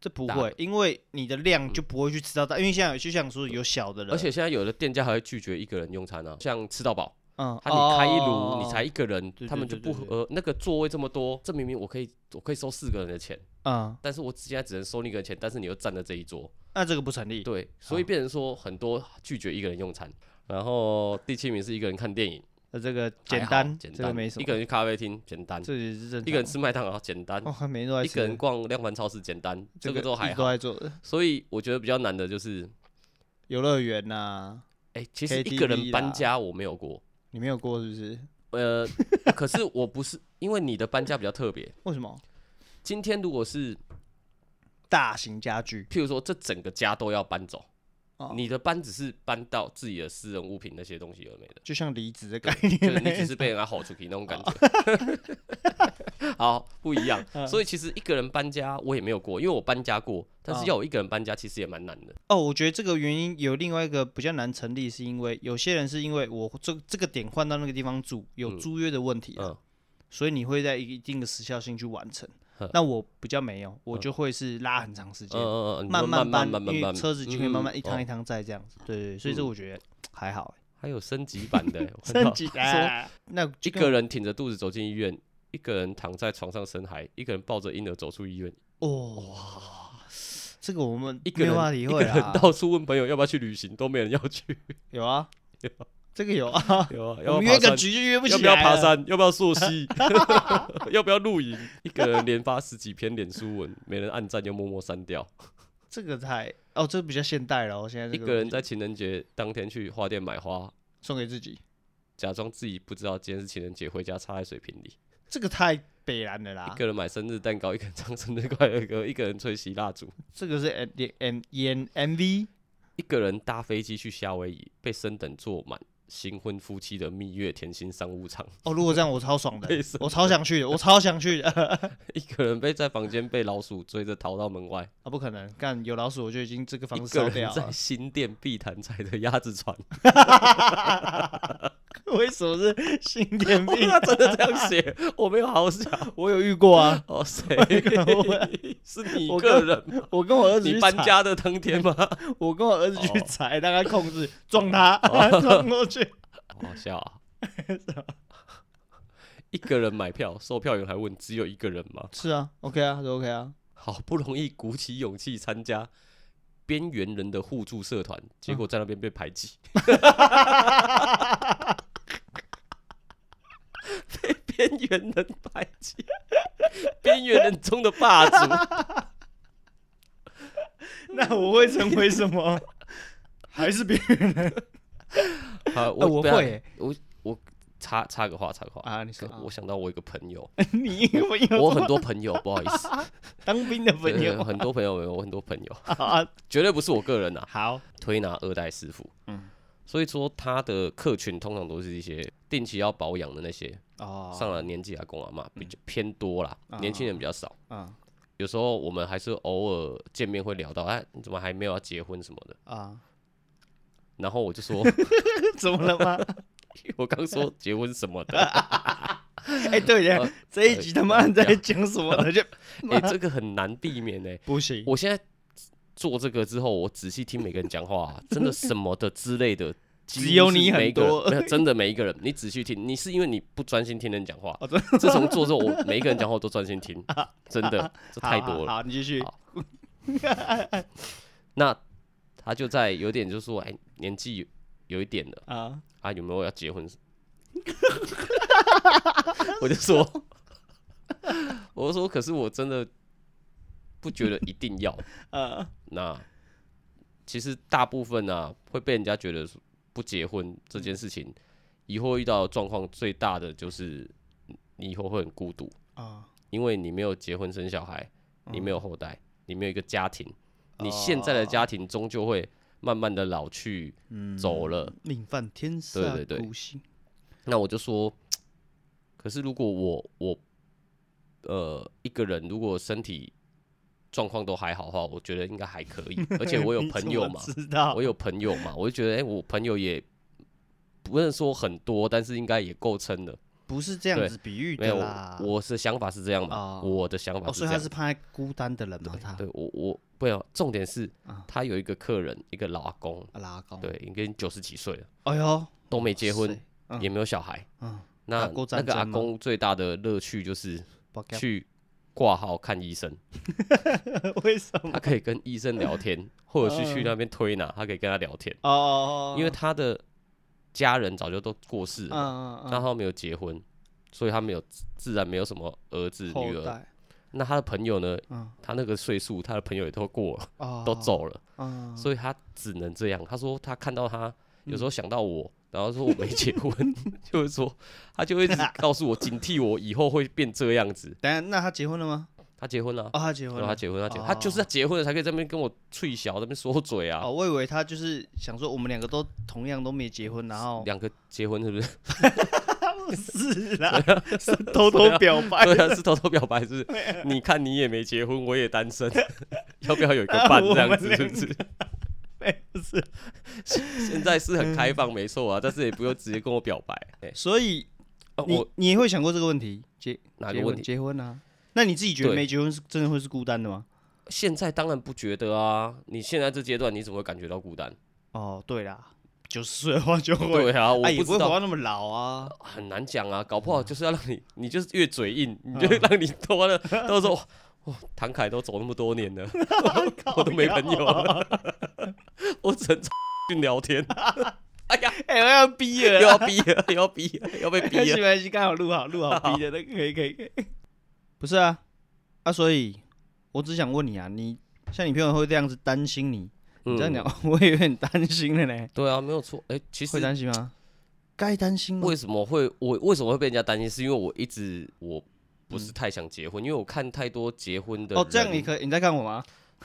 S1: 这不
S2: 大的
S1: 会，因为你的量就不会去吃到大，因为现在有就像说有小的人，
S2: 而且现在有的店家还会拒绝一个人用餐啊，像吃到饱，
S1: 嗯，
S2: 他啊你开一
S1: 哦
S2: 炉你才一个人
S1: 对，
S2: 他们就
S1: 对
S2: 不
S1: 对对
S2: 合那个座位这么多，这明明我可以我可以收四个人的钱，
S1: 嗯，
S2: 但是我现在只能收你一个人钱，但是你又占了这一桌，
S1: 那这个不成立。
S2: 对，所以
S1: 好
S2: 变成说很多拒绝一个人用餐。然后第七名是一个人看电影，
S1: 那这个简
S2: 还好
S1: 单，
S2: 简
S1: 这个
S2: 单，
S1: 没什么。
S2: 一个人去咖啡厅，简单。
S1: 这也是正常
S2: 嗯一个人吃麦当劳简单，
S1: 哦，还没多
S2: 一个人逛量贩超市简单，这个都还
S1: 都
S2: 好。
S1: 在做的
S2: 所以我觉得比较难的就是，
S1: 游乐园呐，
S2: 哎、其实
S1: KTV
S2: 一个人搬
S1: 啦
S2: 家我没有过，
S1: 你没有过是不是？
S2: 呃，可是我不是因为你的搬家比较特别。
S1: 为什么？
S2: 今天如果是
S1: 大型家具
S2: 譬如说这整个家都要搬走，
S1: 哦
S2: 你的搬只是搬到自己的私人物品那些东西而没 的，
S1: 就像离子的概
S2: 就
S1: 念
S2: 是
S1: 那
S2: 你只
S1: 样，
S2: 是被人家吼出去那种感觉。
S1: 哦
S2: 好，不一样。
S1: 嗯
S2: 所以其实一个人搬家我也没有过，因为我搬家过，但
S1: 嗯
S2: 是要我一个人搬家其实也蛮难的。
S1: 哦，我觉得这个原因有另外一个比较难成立，是因为有些人是因为我这这个点换到那个地方住，有
S2: 嗯
S1: 租约的问题啊，
S2: 嗯，
S1: 所以你会在一定的时效性去完成
S2: 呵。
S1: 那我比较没有，我就会是拉很长时
S2: 嗯
S1: 间，
S2: 嗯嗯，你
S1: 慢
S2: 说慢
S1: 搬，
S2: 慢慢
S1: 因为
S2: 慢
S1: 车子就可以慢慢一趟一
S2: 趟。哦
S1: 趟载这样子。对对，对所以这
S2: 嗯
S1: 我觉得还好。欸
S2: 还有升级版的，我看到
S1: 升级
S2: 说
S1: 啊，那
S2: 一
S1: 就跟
S2: 个人挺着肚子走进医院，一个人躺在床上生孩，一个人抱着婴儿走出医院，
S1: 哦，这个我们
S2: 一个
S1: 没有
S2: 人
S1: 办法体
S2: 一
S1: 会
S2: 个人
S1: 啊。
S2: 到处问朋友要不要去旅行，都没人要去。
S1: 有啊
S2: 有，
S1: 这个有啊。
S2: 有啊，
S1: 我
S2: 要
S1: 们
S2: 不
S1: 约
S2: 要爬
S1: 个
S2: 山？
S1: 局就约不起
S2: 要
S1: 来啊
S2: 不要爬
S1: 了？
S2: 山？要不要溯 溪？ 要不要露营？一个人连发十几篇脸书文，没人按赞就默默删掉。
S1: 这个太哦，这比较现代了哦。现在这
S2: 一个人
S1: 东西
S2: 在情人节当天去花店买花，
S1: 送给自己，
S2: 假装自己不知道今天是情人节，回家插在水瓶里。
S1: 这个太北然了啦
S2: 一。个人买生日蛋糕，一个人唱生日快乐歌，一个人吹熄蜡烛，
S1: 这个是 M M 演 MV
S2: 一个人搭飞机去夏威夷，被升等坐满新婚夫妻的蜜月甜心商务舱，
S1: 哦。如果这样，我超爽的
S2: 被升，
S1: 我超想去的，我超想去的。
S2: 一个人被在房间被老鼠追着逃到门外，
S1: 啊，不可能，干有老鼠我就已经这个房
S2: 一
S1: 子
S2: 个
S1: 烧掉
S2: 人在
S1: 了。
S2: 新店碧潭踩着鸭子船，
S1: 为什么是心 电病？
S2: 他真的这样写，我没有好想，
S1: 我有遇过 啊，
S2: 哦谁
S1: 我？
S2: 是你
S1: 我
S2: 个人吗？
S1: 我跟我儿子
S2: 你
S1: 去
S2: 搬
S1: 采
S2: 家的当天吗？
S1: 我跟我儿子去
S2: 哦
S1: 踩，让他控制撞他， 撞过去。
S2: 好好笑啊！一个人买票，售票员还问只有一个人吗？
S1: 是啊，OK 啊，都 OK 啊。
S2: 好不容易鼓起勇气参加边缘人的互助社团，结果在那边被排挤， 被边缘人排挤， 边缘人中的霸主。
S1: 那我会成为什么？还是别人的？
S2: 好，
S1: 哎我
S2: 不要
S1: 会欸
S2: 我我插插个话，插个话
S1: 啊你说啊
S2: 我想到我一个朋友，
S1: 你因为有
S2: 我很多朋友，不好意思，
S1: 当兵的朋
S2: 对
S1: 友
S2: 很多朋友，我很多朋友，
S1: 啊，
S2: 绝对不是我个人啊，
S1: 好，
S2: 推拿二代师傅，
S1: 嗯
S2: 所以说他的客群通常都是一些定期要保养的那些
S1: 哦，嗯
S2: 上了年纪阿公阿妈比较偏多啦，
S1: 啊
S2: 年轻人比较少。
S1: 嗯
S2: 有时候我们还是偶尔见面会聊到，哎，你怎么还没有要结婚什么的？
S1: 啊，
S2: 然后我就说，
S1: 怎么了吗？
S2: 我刚说结婚什么的，
S1: 哎，对呀，这一集他妈在讲什么呢？就
S2: 哎，这个很难避免欸呢、
S1: 不 行，
S2: 我现在做这个之后，我仔细听每个人讲话啊、真的什么的之类的，几乎
S1: 只有
S2: 是
S1: 你很
S2: 每一个人
S1: 多
S2: 没有真的每一个人，你仔细听，你是因为你不专心听人讲话
S1: 哦真。
S2: 自从做之后，我每一个人讲话都专 心听，真的，这太
S1: 好
S2: 多了。
S1: 好，你继续
S2: 好那他就在有点就说，哎，年纪有有一点了
S1: 啊，
S2: 啊，有没有要结婚？ 我就说， 我就说，可是我真的不觉得一定要。
S1: 呃，
S2: 那其实大部分啊，会被人家觉得说不结婚这件事情，以后遇到的状况最大的就是你以后会很孤独，
S1: 啊，
S2: 因为你没有结婚生小孩，你没有后代，你没有一个家庭，你现在
S1: 嗯
S2: 的
S1: 哦嗯
S2: 家庭终究会慢慢的老去，走了。
S1: 命犯天下
S2: 对对对
S1: 孤 星
S2: 那我就说，可是如果我我呃一个人，如果身体状况都还好的话，我觉得应该还可以，而且我有
S1: 你怎
S2: 朋
S1: 么
S2: 友嘛，
S1: 知道
S2: 我有朋友嘛，我就觉得，哎、我朋友也不能说很多，但是应该也够撑了。
S1: 不是这样
S2: 对
S1: 子比喻
S2: 没
S1: 的
S2: 有
S1: 啦，，
S2: 我是想法是这样嘛，
S1: 哦
S2: 我的想法
S1: 哦，
S2: 是
S1: 所
S2: 这
S1: 以他
S2: 样。
S1: 是怕孤单的人嘛，他
S2: 对我我不要，重点是
S1: 啊
S2: 他有一个客人，一个老阿公，
S1: 啊拉高，
S2: 对，应该九十几岁了，
S1: 哎呦，
S2: 都没结婚
S1: 塞，嗯
S2: 也没有小孩。
S1: 嗯，打
S2: 那
S1: 过
S2: 那
S1: 战
S2: 个阿
S1: 争吗
S2: 公最大的乐趣就是
S1: 不该
S2: 去挂号看医生，
S1: 为什么？
S2: 他可以跟医生聊天， 或者是去
S1: 嗯
S2: 那边推拿，他可以跟他聊天，
S1: 哦哦，哦
S2: 因为他的家人早就都过世了
S1: 嗯。嗯嗯，
S2: 那他没有结婚，所以他没有自然没有什么儿子
S1: 后
S2: 女儿。
S1: 代，
S2: 那他的朋友呢？
S1: 嗯，
S2: 他那个岁数，他的朋友也都过了，
S1: 哦，
S2: 都，走了，
S1: 嗯，
S2: 所以他只能这样。他说他看到他有时候想到我，然后说我没结 婚，就是说他就会一直
S1: 啊
S2: 告诉我警惕我以后会变这样子。
S1: 等下，那他结婚了吗？
S2: 他结婚了、
S1: 哦，他结
S2: 对
S1: 婚了，
S2: 他结婚，他结他就是他结婚了才可以在那边跟我吹小，在那边说嘴啊
S1: 哦，。我以为他就是想说我们两个都同样都没结婚，然 后
S2: 两个结婚是不是？
S1: 是啦， 是偷偷表白
S2: 啊 对 啊，是偷偷表白是不
S1: 啊
S2: 是？你看你也没结婚，我也单 身，要不要有一个伴这样子是不是？
S1: 是，
S2: 现在是很开放，没
S1: 嗯
S2: 错啊，但是也不用直接跟我表白。哎
S1: 所以
S2: 哦
S1: 你
S2: 我
S1: 你也会想过这个问题，结
S2: 哪
S1: 结
S2: 个
S1: 婚
S2: 问题？
S1: 结婚啊？那你自己觉得
S2: 对
S1: 没结婚是真的会是孤单的吗？
S2: 现在当然不觉得啊，你现在这阶段你怎么会感觉到孤单？
S1: 哦，对啦，九十岁的话就会，
S2: 对啊，我
S1: 哎，也
S2: 不
S1: 不会
S2: 知
S1: 活到
S2: 道，
S1: 那么老啊。
S2: 很难讲啊，搞不好就是要让你，
S1: 嗯
S2: 你就是越嘴硬，你就让你他妈的到时候。哇哇，唐凯都走那么多 年了，
S1: 哦
S2: 我都没朋友了， 我只能去聊天。 哎呀，
S1: 哎，我要逼
S2: 又
S1: 了啦，
S2: 要逼了，又要逼了，又要 被逼
S1: 哎没关系
S2: 了
S1: 没。关系，刚好录好录好 逼的，那个可以可以可以。不是啊，啊，所以我只想问你啊，你像你朋友会这样子担心你，你这样讲， 我也有点担心了呢。
S2: 嗯对啊，没有错。哎，其实
S1: 会担心吗？该担心啊吗？
S2: 为什么会我为什么会被人家担心？是因为我一直我不是太想结婚，因为我看太多结婚的
S1: 哦，这样
S2: 人
S1: 你可以你在看我吗？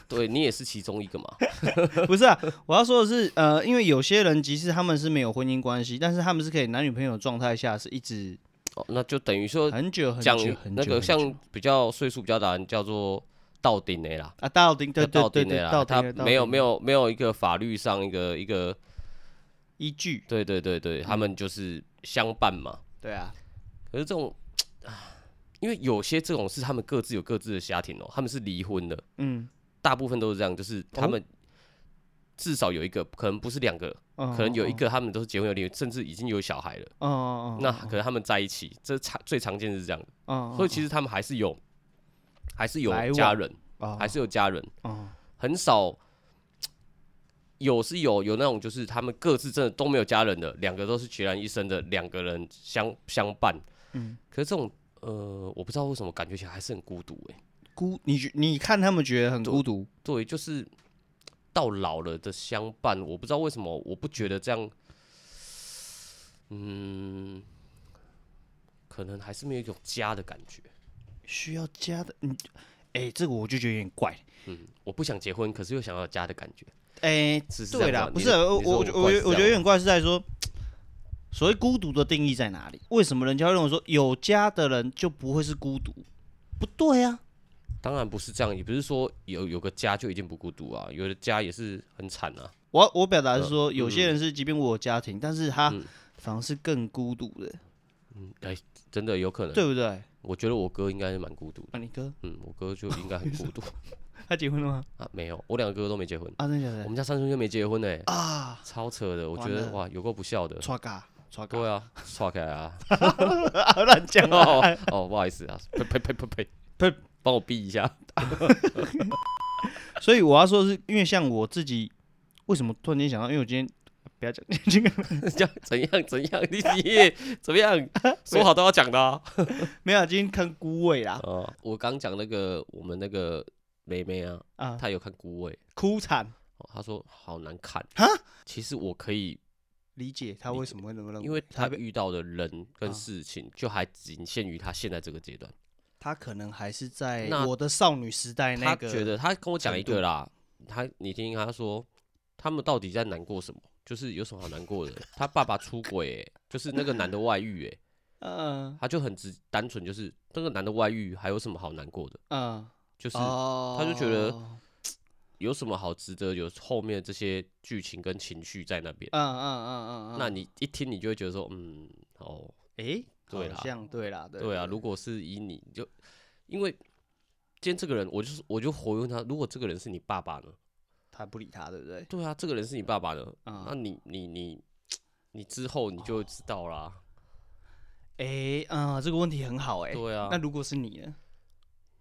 S2: 对你也是其中一个嘛？
S1: 不是啊，我要说的是，呃，因为有些人即使他们是没有婚姻关系，但是他们是可以男女朋友的状态下是一直
S2: 哦，那就等于说
S1: 很久很
S2: 讲
S1: 久很久
S2: 那个
S1: 很久
S2: 像比较岁数比较大的人叫做到顶的啦，
S1: 啊，到顶对
S2: 叫
S1: 对
S2: 到
S1: 对
S2: 顶
S1: 对
S2: 的，啦，
S1: 到顶
S2: 他
S1: 的到
S2: 没有
S1: 顶
S2: 没有没有一个法律上一个一个
S1: 依据，
S2: 对对对对，他们就是相伴嘛。
S1: 对啊，
S2: 可是这种，因为有些这种是他们各自有各自的家庭哦、他们是离婚的，
S1: 嗯，
S2: 大部分都是这样，就是
S1: 哦
S2: 他们至少有一个，可能不是两个，
S1: 可
S2: 可能有一，个他们都是结婚有离婚，甚至已经有小孩了，
S1: 哦哦，哦
S2: 那可能他们在一起，这常最常见是这样的，
S1: 那
S2: 所以其实他们还是有，还是有
S1: 来往
S2: 家人，还
S1: 还
S2: 是有家人，
S1: 哦
S2: 很少。有是有有那种，就是他们各自真的都没有家人的，两个都是孑然一身的，两个人相相伴。
S1: 嗯，
S2: 可是这种呃，我不知道为什么感觉起来还是很孤独哎、
S1: 孤，你觉你看他们觉得很孤独，
S2: 对，就是呃到老了的相伴，我不知道为什么，我不觉得这样，嗯，可能还是没有一种家的感觉。
S1: 需要家的，嗯，哎、这个我就觉得有点怪。
S2: 嗯，我不想结婚，可是又想要有家的感觉。
S1: 哎、
S2: 是是这
S1: 对
S2: 样
S1: 啦，
S2: 吧
S1: 不
S2: 你
S1: 是
S2: 的
S1: 我
S2: 你说
S1: 我
S2: 我
S1: 觉
S2: 怪
S1: 我觉
S2: 是
S1: 我
S2: 这
S1: 觉得有
S2: 样
S1: 点怪是在说，所谓孤独的定义在哪里？为什么人家会认为说有家的人就不会是孤独？不对啊，
S2: 当然不是这样，也不是说有有个家就一定不孤独啊，有的家也是很惨啊。
S1: 我我表达的是说，有些人是即便我有家庭，但是他
S2: 呃嗯
S1: 反而是更孤独的，
S2: 真的有可能。
S1: 对不对？
S2: 我觉得我哥应该是蛮孤独的。
S1: 啊，你哥
S2: 嗯，我哥就应该很 孤独
S1: 他结婚了吗？
S2: 啊。没有，我两个哥都没结婚，
S1: 啊，真的假
S2: 我
S1: 的？
S2: 们家三叔就没结婚呢、
S1: 啊，
S2: 超扯的。我觉
S1: 完
S2: 得
S1: 了
S2: 哇，有够不孝的。
S1: 刷嘎刷嘎，
S2: 对啊，岔 开啊！
S1: 啊 乱讲啊！
S2: 哦哦，不好意思啊，呸呸呸呸呸
S1: 呸，
S2: 帮我避一下。
S1: 所以我要说的是，因为像我自己，为什么突然间想到？因为我今天不要讲 这个，
S2: 这样怎样怎样？你你怎 么样？说好都要讲的啊。
S1: 没有，今天看孤味啦
S2: 哦，我刚讲那个我们那个妹妹啊，
S1: 啊，
S2: 她有看孤味，
S1: 哭惨，
S2: 哦她说好难看
S1: 哈。
S2: 其实我可以
S1: 理解他为什么会那么认为，
S2: 因为
S1: 他
S2: 他遇到的人
S1: 呃
S2: 跟
S1: 啊
S2: 事情，就还仅限于他现在这个阶段。
S1: 他可能还是在
S2: 那
S1: 我的少女时代哎那
S2: 他
S1: 个，
S2: 觉得他跟我讲
S1: 程
S2: 一个
S1: 度
S2: 啦，他你听听他说，他们到底在难过什么？就是有什么好难过的？他爸爸出轨欸、就是那个男的外遇、欸，
S1: 嗯
S2: 他就很直单纯，就是那个男的外遇还有什么好难过的？
S1: 嗯，
S2: 就是
S1: 哦，
S2: 他就觉得有什么好值得有后面这些剧情跟情绪在那边
S1: 嗯，？嗯嗯嗯嗯，
S2: 那你一听你就会觉得说，嗯，哦，
S1: 诶，
S2: 对啦
S1: 好像对啦，对
S2: 对啊，如果是以你就，因为今天这个人，我就是我就回问他，如果这个人是你爸爸呢？
S1: 他不理他，对不对？
S2: 对啊，这个人是你爸爸呢，
S1: 啊
S2: 那你你你你之后你就会知道
S1: 哦
S2: 啦。
S1: 诶，啊，这个问题很好诶。
S2: 对啊
S1: 那，如果是你呢？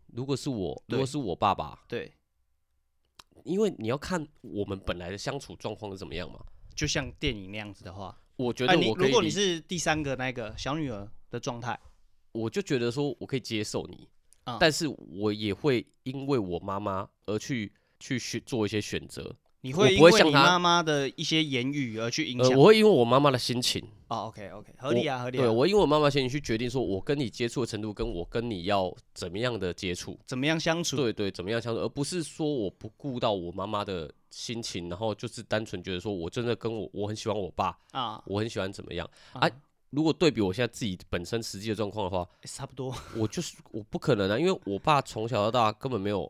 S2: 如果是我，
S1: 对
S2: 如果是我爸爸，
S1: 对，
S2: 因为你要看我们本来的相处状况是怎么样嘛。
S1: 就像电影那样子的话，
S2: 我觉
S1: 哎，
S2: 得
S1: 你
S2: 我可
S1: 如
S2: 以
S1: 果
S2: 理
S1: 你是第三个那个小女儿的状态，
S2: 我就觉得说我可以接受你，
S1: 啊
S2: 但是我也会因为我妈妈而去去选做一些选择，
S1: 你
S2: 我
S1: 会因
S2: 不会
S1: 为
S2: 像
S1: 你
S2: 他
S1: 妈妈的一些言语而去影
S2: 呃，
S1: 响。
S2: 我会因为我妈妈的心情，
S1: 哦，OK OK，合理啊，合理啊
S2: 对。我因为我妈妈先去决定说，我跟你接触的程度，跟我跟你要怎么样的接触，
S1: 怎么样相处？
S2: 对对，怎么样相处，而不是说我不顾到我妈妈的心情，然后就是单纯觉得说我真的跟我我很喜欢我爸，
S1: 啊，
S2: 我很喜欢怎么样啊
S1: 啊
S2: 如果对比我现在自己本身实际的状况的话，
S1: 差不多
S2: 我就是我不可能啊，因为我爸从小到大根本没有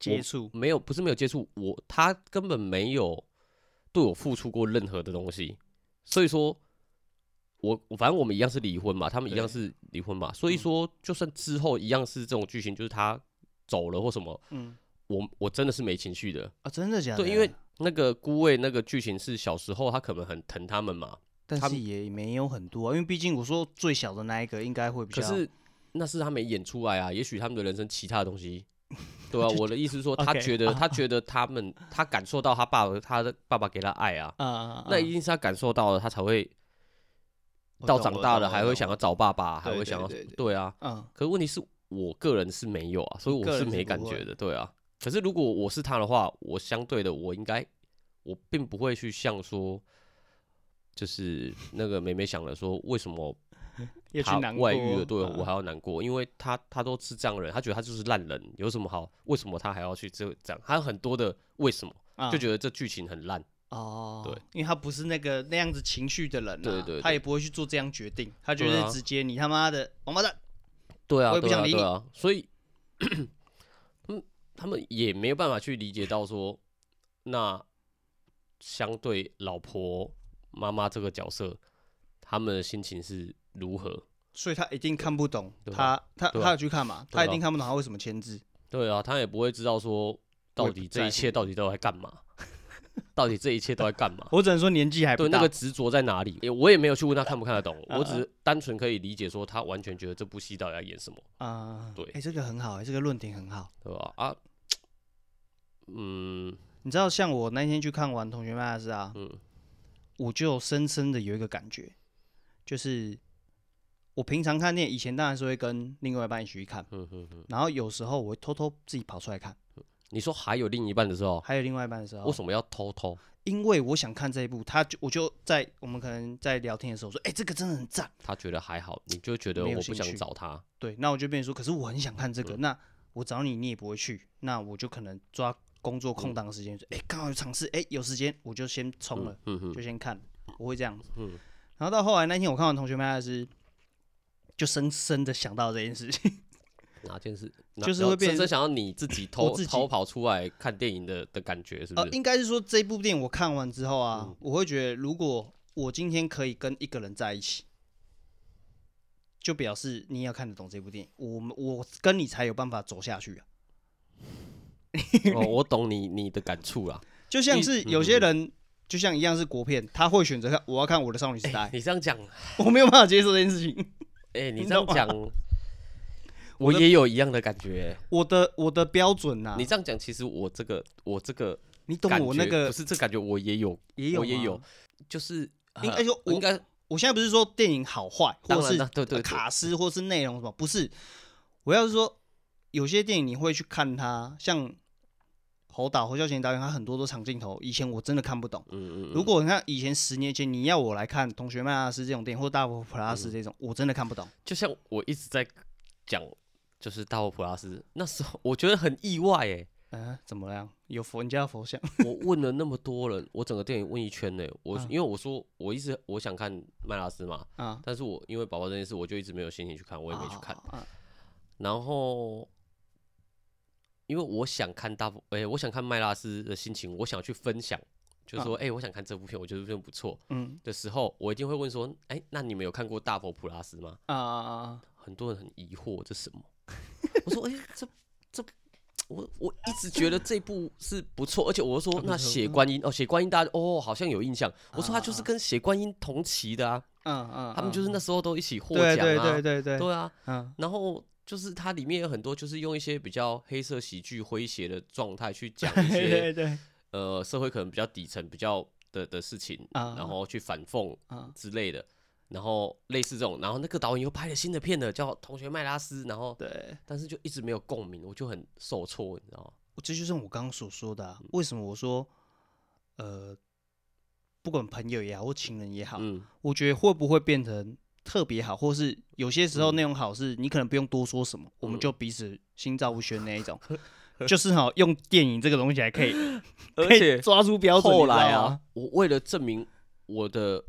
S1: 接触
S2: 没有不是没有接触我，他根本没有对我付出过任何的东西，所以说，我我反正我们一样是离婚嘛，他们一样
S1: 对嗯
S2: 是离婚嘛，所以说就算之后一样是这种剧情，就是他走了或什么，
S1: 嗯，
S2: 我我真的是没情绪的。
S1: 啊，真的假的？
S2: 对，因为那个姑卫那个剧情是小时候他可能很疼他们嘛，
S1: 但
S2: 他
S1: 是也没有很多啊，因为毕竟我说最小的那一个应该会比
S2: 可
S1: 较。
S2: 是那是他没演出来啊，也许他们的人生其他的东西。对啊，我的意思是说，他
S1: OK，
S2: 觉得他觉得他们他感受到他爸爸他的爸爸给他爱啊，
S1: 啊啊，啊
S2: 那一定是他感受到了，他才会
S1: 我
S2: 到
S1: 懂
S2: 长
S1: 我
S2: 大
S1: 懂
S2: 了
S1: 我
S2: 还
S1: 懂
S2: 会想要找爸爸，还
S1: 对
S2: 会
S1: 对
S2: 想要
S1: 对对
S2: 对啊。
S1: 嗯，
S2: 可是问题是我个人是没有啊，所以
S1: 你
S2: 我
S1: 个
S2: 是
S1: 人是
S2: 没
S1: 不
S2: 感
S1: 会
S2: 觉的，对啊。可是如果我是他的话，我相对的我应该我并不会去像说，就是那个梅梅想的说，为什么
S1: 也去
S2: 他
S1: 难
S2: 外遇
S1: 过
S2: 了，对
S1: 嗯
S2: 我还要难过，因为他他都是这样的人，他觉得他就是烂人，有什么好？为什么他还要去这这样？还有很多的为什么，
S1: 啊
S2: 就觉得这剧情很烂。
S1: 哦，
S2: 对，
S1: 因为他不是那个那样子情绪的人、啊，
S2: 对对对
S1: 他也不会去做这样决定，他就
S2: 对啊
S1: 是直接你他妈的王八蛋，
S2: 对啊，
S1: 我也不
S2: 对啊
S1: 想理
S2: 对
S1: 你
S2: 啊，所以，嗯，他们也没有办法去理解到说，那相对老婆妈妈这个角色，他们的心情是如何？
S1: 所以他一定看不懂，
S2: 对啊
S1: 他他
S2: 对啊
S1: 他有去看嘛，
S2: 对
S1: 他
S2: 啊
S1: 一定看不懂他为什么签字，
S2: 对啊，他也不会知道说，
S1: 我
S2: 到
S1: 也不
S2: 底
S1: 在
S2: 这
S1: 乎
S2: 一切到底都在干嘛？到底这一切都在干嘛？
S1: 我只能说年纪还不
S2: 对，
S1: 大，
S2: 那个执着在哪里？也我也没有去问他看不 看得懂，我只
S1: 啊
S2: 是单纯可以理解说，他完全觉得这部戏到底要演什么。
S1: 啊、
S2: 对
S1: 哎、这个很好、哎，这个论点很好。
S2: 对吧？啊，嗯，
S1: 你知道，像我那天去看完《同学麦克斯》啊，
S2: 嗯
S1: 我就深深的有一个感觉，就是我平常看电影，以前当然是会跟另外一半一起去看，
S2: 嗯嗯嗯，
S1: 然后有时候我会偷偷自己跑出来看，
S2: 你说还有另一半的时候，
S1: 还有另外一半的时候
S2: 为，什么要偷偷？
S1: 因为我想看这一部，他就我就在我们可能在聊天的时候说，哎、这个真的很赞。
S2: 他觉得还好，你就觉得
S1: 没有
S2: 我
S1: 兴
S2: 不想
S1: 趣
S2: 找他，
S1: 对，那我就变成说，可是我很想看这个，
S2: 嗯
S1: 那我找你你也不会去，那我就可能抓工作
S2: 嗯
S1: 空档的时间，哎、刚、好有尝试，哎、有时间我就先冲了，
S2: 嗯哼，
S1: 就先看，我会这样子。然后到后来那天我看完《同学麦爱斯》，就深深的想到这件事情，
S2: 哪件事？哪
S1: 就是
S2: 然后
S1: 会变
S2: 深深想要你自己偷
S1: 自己
S2: 偷跑出来看电影的的感觉，是不
S1: 呃，
S2: 是？嗯
S1: 应该是说这部电影我看完之后啊，我会觉得如果我今天可以跟一个人在一起，就表示你也要看得懂这部电影，我们我跟你才有办法走下去啊。
S2: 哦，我懂你你的感 触啦。
S1: 就像是
S2: 嗯
S1: 有些人，就像一样是国片，他会选择看我要看我的少女时代，
S2: 你这样讲，
S1: 我没有办法接受这件事情。
S2: 哎，你
S1: 你
S2: 这样讲， 我也有一样的感觉。
S1: 我的我的标准呐、啊，
S2: 你这样讲，其实我这个我这个
S1: 你懂
S2: 感
S1: 我那
S2: 觉不
S1: 个
S2: 是这感觉，我也有，
S1: 也有
S2: 我也
S1: 吗
S2: 有，就是
S1: 应该说
S2: 呃应
S1: 我
S2: 该
S1: 我现在不是说电影好坏，
S2: 当
S1: 或
S2: 然
S1: 是
S2: 了，对对对，
S1: 卡斯，或是内容什么，不是。我要是说，有些电影你会去看它，像侯导、侯孝贤导演，他很多都长镜头，以前我真的看不懂。
S2: 嗯嗯嗯，
S1: 如果你看以前十年前，你要我来看《同学麦拉斯》这种电影，或《大佛普拉斯》这种，
S2: 嗯
S1: 我真的看不懂。
S2: 就像我一直在讲，就是大佛普拉斯那时候，我觉得很意外哎、
S1: 嗯、怎么样？有佛人家的佛像，
S2: 我问了那么多人，我整个电影问一圈呢、我、因为我说我一直我想看麦拉斯嘛，
S1: 啊
S2: 但是我因为宝宝这件事，我就一直没有心情去看，我也没去看。
S1: 啊啊
S2: 然后，因为我想看大部，哎、我想看麦拉斯的心情，我想去分享，就是说，哎、我想看这部片，我觉得这部片不错
S1: 嗯
S2: 的时候，我一定会问说，哎、那你们有看过大佛普拉斯吗？
S1: 啊啊啊啊！
S2: 很多人很疑惑这什么。 我说，哎、这这，我我一直觉得这部是不错，而且我说那血观
S1: 嗯
S2: 音哦，血观音大家哦好像有印象。我说他
S1: 啊
S2: 就是跟血观音同期的啊，
S1: 嗯嗯，
S2: 他们就是那时候都一起获奖啊，
S1: 对对对对对，
S2: 对啊。
S1: 嗯
S2: 然后就是它里面有很多就是用一些比较黑色喜剧诙谐的状态去讲
S1: 对
S2: 一些
S1: 对对
S2: 呃社会可能比较底层比较的的事情，
S1: 啊
S2: 然后去反讽
S1: 啊
S2: 之类的，然后类似这种，然后那个导演又拍了新的片了，叫《同学麦拉斯》，然后
S1: 对，
S2: 但是就一直没有共鸣，我就很受挫，你知道吗？
S1: 这就是我刚刚所说的啊，为什么我说呃，不管朋友也好或情人也好，
S2: 嗯，
S1: 我觉得会不会变成特别好，或是有些时候内容好是你可能不用多说什么，我们就彼此心照不宣那一 种。就是哈，用电影这个东西还可以，
S2: 而
S1: 可以
S2: 且
S1: 抓住标准。你
S2: 后
S1: 知道
S2: 来
S1: 吗
S2: 啊，，我为了证明我的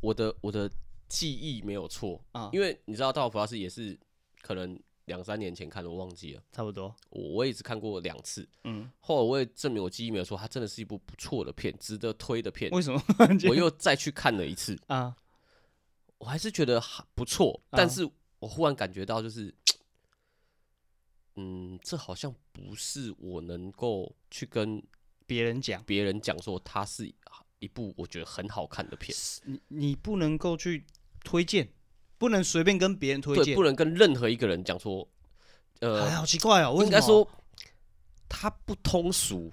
S2: 我的我的记忆没有错
S1: 啊
S2: 因为你知道《大佛普拉斯》也是可能两三年前看的，我忘记了，
S1: 差不 多，
S2: 我我也只看过两次。
S1: 嗯，
S2: 后来我也证明我记忆没有错，它真的是一部不错的片，值得推的片。
S1: 为什么
S2: 我又再去看了一次，
S1: 啊？
S2: 我还是觉得还不错，
S1: 啊
S2: 但是我忽然感觉到就是，嗯，这好像不是我能够去跟
S1: 别人讲，
S2: 别人讲说它是一部我觉得很好看的片，
S1: 你你不能够去推荐，不能随便跟别人推
S2: 对，
S1: 荐，
S2: 不能跟任何一个人讲说，呃
S1: 哎，，好奇怪哦。为
S2: 应
S1: 什
S2: 该
S1: 么
S2: 说它不通俗，